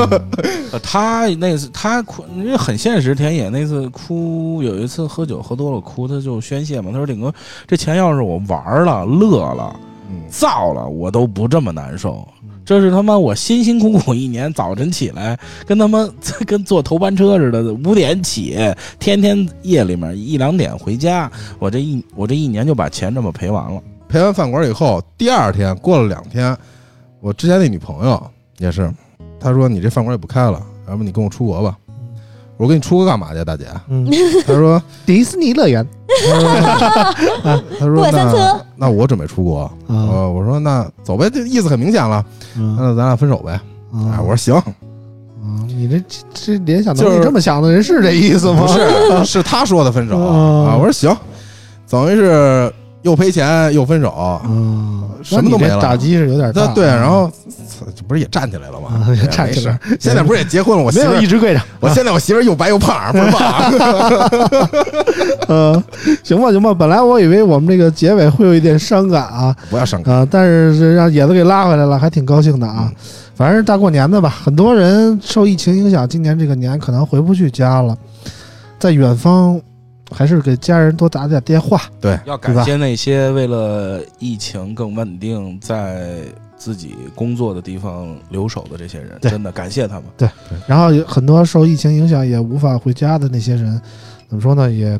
呃他那次他哭，因为很现实，田野那次哭，有一次喝酒喝多了哭，他就宣泄嘛。他说：“顶哥，这钱要是我玩了、乐了。”嗯，造了，我都不这么难受。这是他妈我辛辛苦苦一年，早晨起来跟他妈 跟坐头班车似的，五点起，天天夜里面一两点回家，我这一我这一年就把钱这么赔完了。赔赔完饭馆以后，第二天过了两天，我之前那女朋友也是，她说你这饭馆也不开了，要不你跟我出国吧。我说跟你出国干嘛去，啊大姐？嗯，她说，迪士尼乐园她说过山那车那我准备出国。啊，呃，我说那走呗，这意思很明显了，嗯那咱俩分手呗。哎，啊，我说行，啊，你这这这联想能就力是这么强的人是这意思吗不？ 是，是他说的分手哦啊。我说行，等于是又赔钱又分手。啊，什么都没那了你这打击是有点那大。对，然后操这不是也站起来了吗哎啊？也站起来没事，现在不是也结婚了？我媳没妇有儿一直跪着， 我现在我媳妇儿又白又胖，不 是胖。嗯，行吧行吧，本来我以为我们这个结尾会有一点伤感啊不要上纲，啊，但是这让野子给拉回来了，还挺高兴的啊。嗯反正大过年的吧，很多人受疫情影响，今年这个年可能回不去家了，在远方还是给家人多打打电话。对吧要感谢那些为了疫情更稳定，在自己工作的地方留守的这些人，对真的感谢他们。然后有很多受疫情影响也无法回家的那些人，怎么说呢？也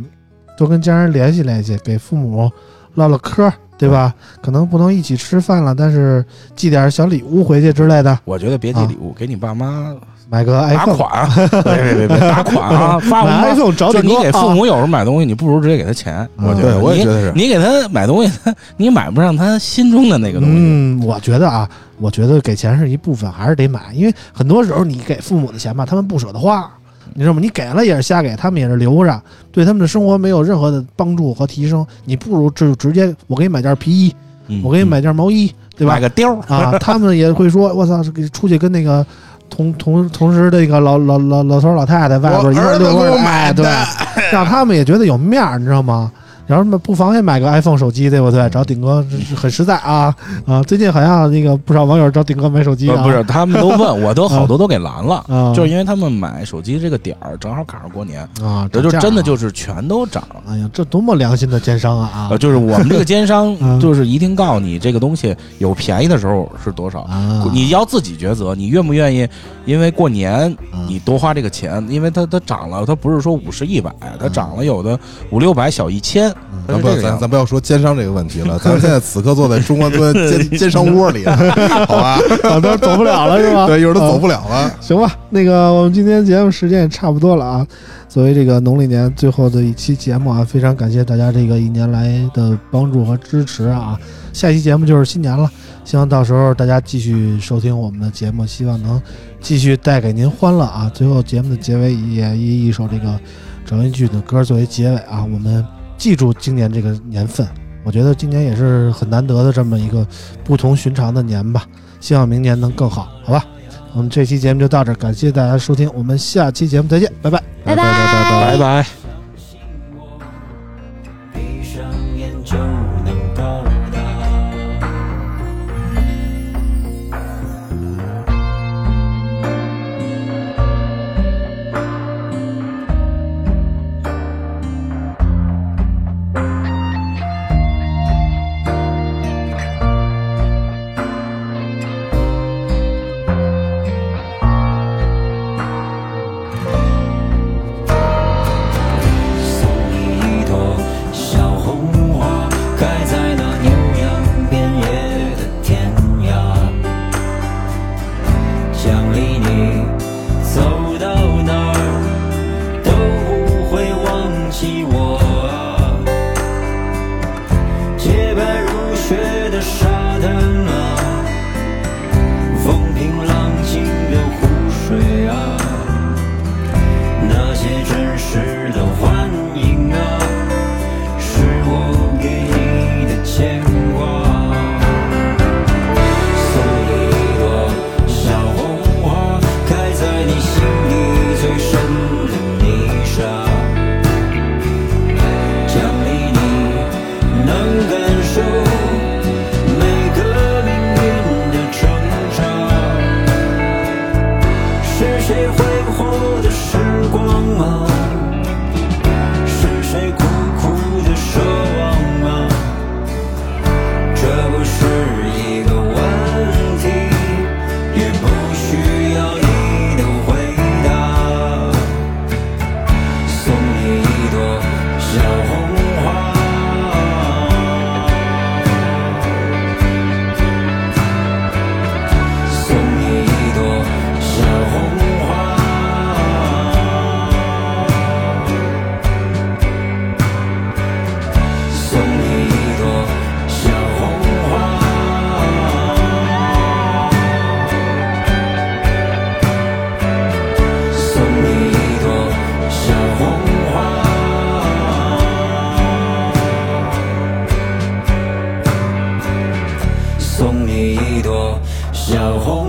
多跟家人联系联系，给父母唠唠嗑，对吧？可能不能一起吃饭了，但是寄点小礼物回去之类的，我觉得别寄礼物，给你爸妈买个打 iPhone， 款，别别 别别打款啊，发红买包。 iPhone 找就顶你哥给父啊母有时候买东西，你不如直接给他钱。嗯觉对得我也你觉得是。你给他买东西，他你买不上他心中的那个东西。嗯，我觉得啊，我觉得给钱是一部分，还是得买，因为很多时候你给父母的钱吧，他们不舍得花，你知道吗？你给了也是瞎给，他们也是留着，对他们的生活没有任何的帮助和提升。你不如就直接我给你买件皮衣，嗯我给你买件毛衣，对吧买？个貂儿，啊，他们也会说，我操，这个出去跟那个同同同时的一个老老老老头老太太外边一块儿遛弯儿，哎，对，让他们也觉得有面儿，你知道吗？然后他们不妨也买个 iPhone 手机，对不对？找顶哥这是很实在啊啊！最近好像那个不少网友找顶哥买 手机不啊，呃嗯是不是，他们都问，我都好多都给拦了，啊，就是因为他们买手机这个点儿正好赶上过年，啊，这就样啊真的就是全都涨。哎呀，这多么良心的奸商啊呃，就是我们这个奸嗯 商，就是一定告诉你这个东西有便宜的时候是多啊少，啊！你要自己抉择，你愿不愿意？因为过年嗯你多花这个钱，因为它它涨了，它不是说五十一百，它涨了有的五六百小一千，它咱是不嗯这要个咱样子。咱不要说奸商这个问题了，咱们现在此刻坐在中关村 奸奸商窝里，好 吧？到时候走不了了是吧？对，一会儿都啊走不了了。行吧，那个我们今天节目时间也差不多了啊。作为这个农历年最后的一期节目啊，非常感谢大家这个一年来的帮助和支持啊。下期节目就是新年了，希望到时候大家继续收听我们的节目，希望能继续带给您欢乐啊。最后节目的结尾也以一首这个郑伊俊的歌作为结尾啊，我们记住今年这个年份。我觉得今年也是很难得的这么一个不同寻常的年吧，希望明年能更好，好吧？我们这期节目就到这儿，感谢大家收听，我们下期节目再见，拜拜。拜拜拜拜。闭上眼就能到达。送你一朵小红花，开在啊啊啊啊啊啊小红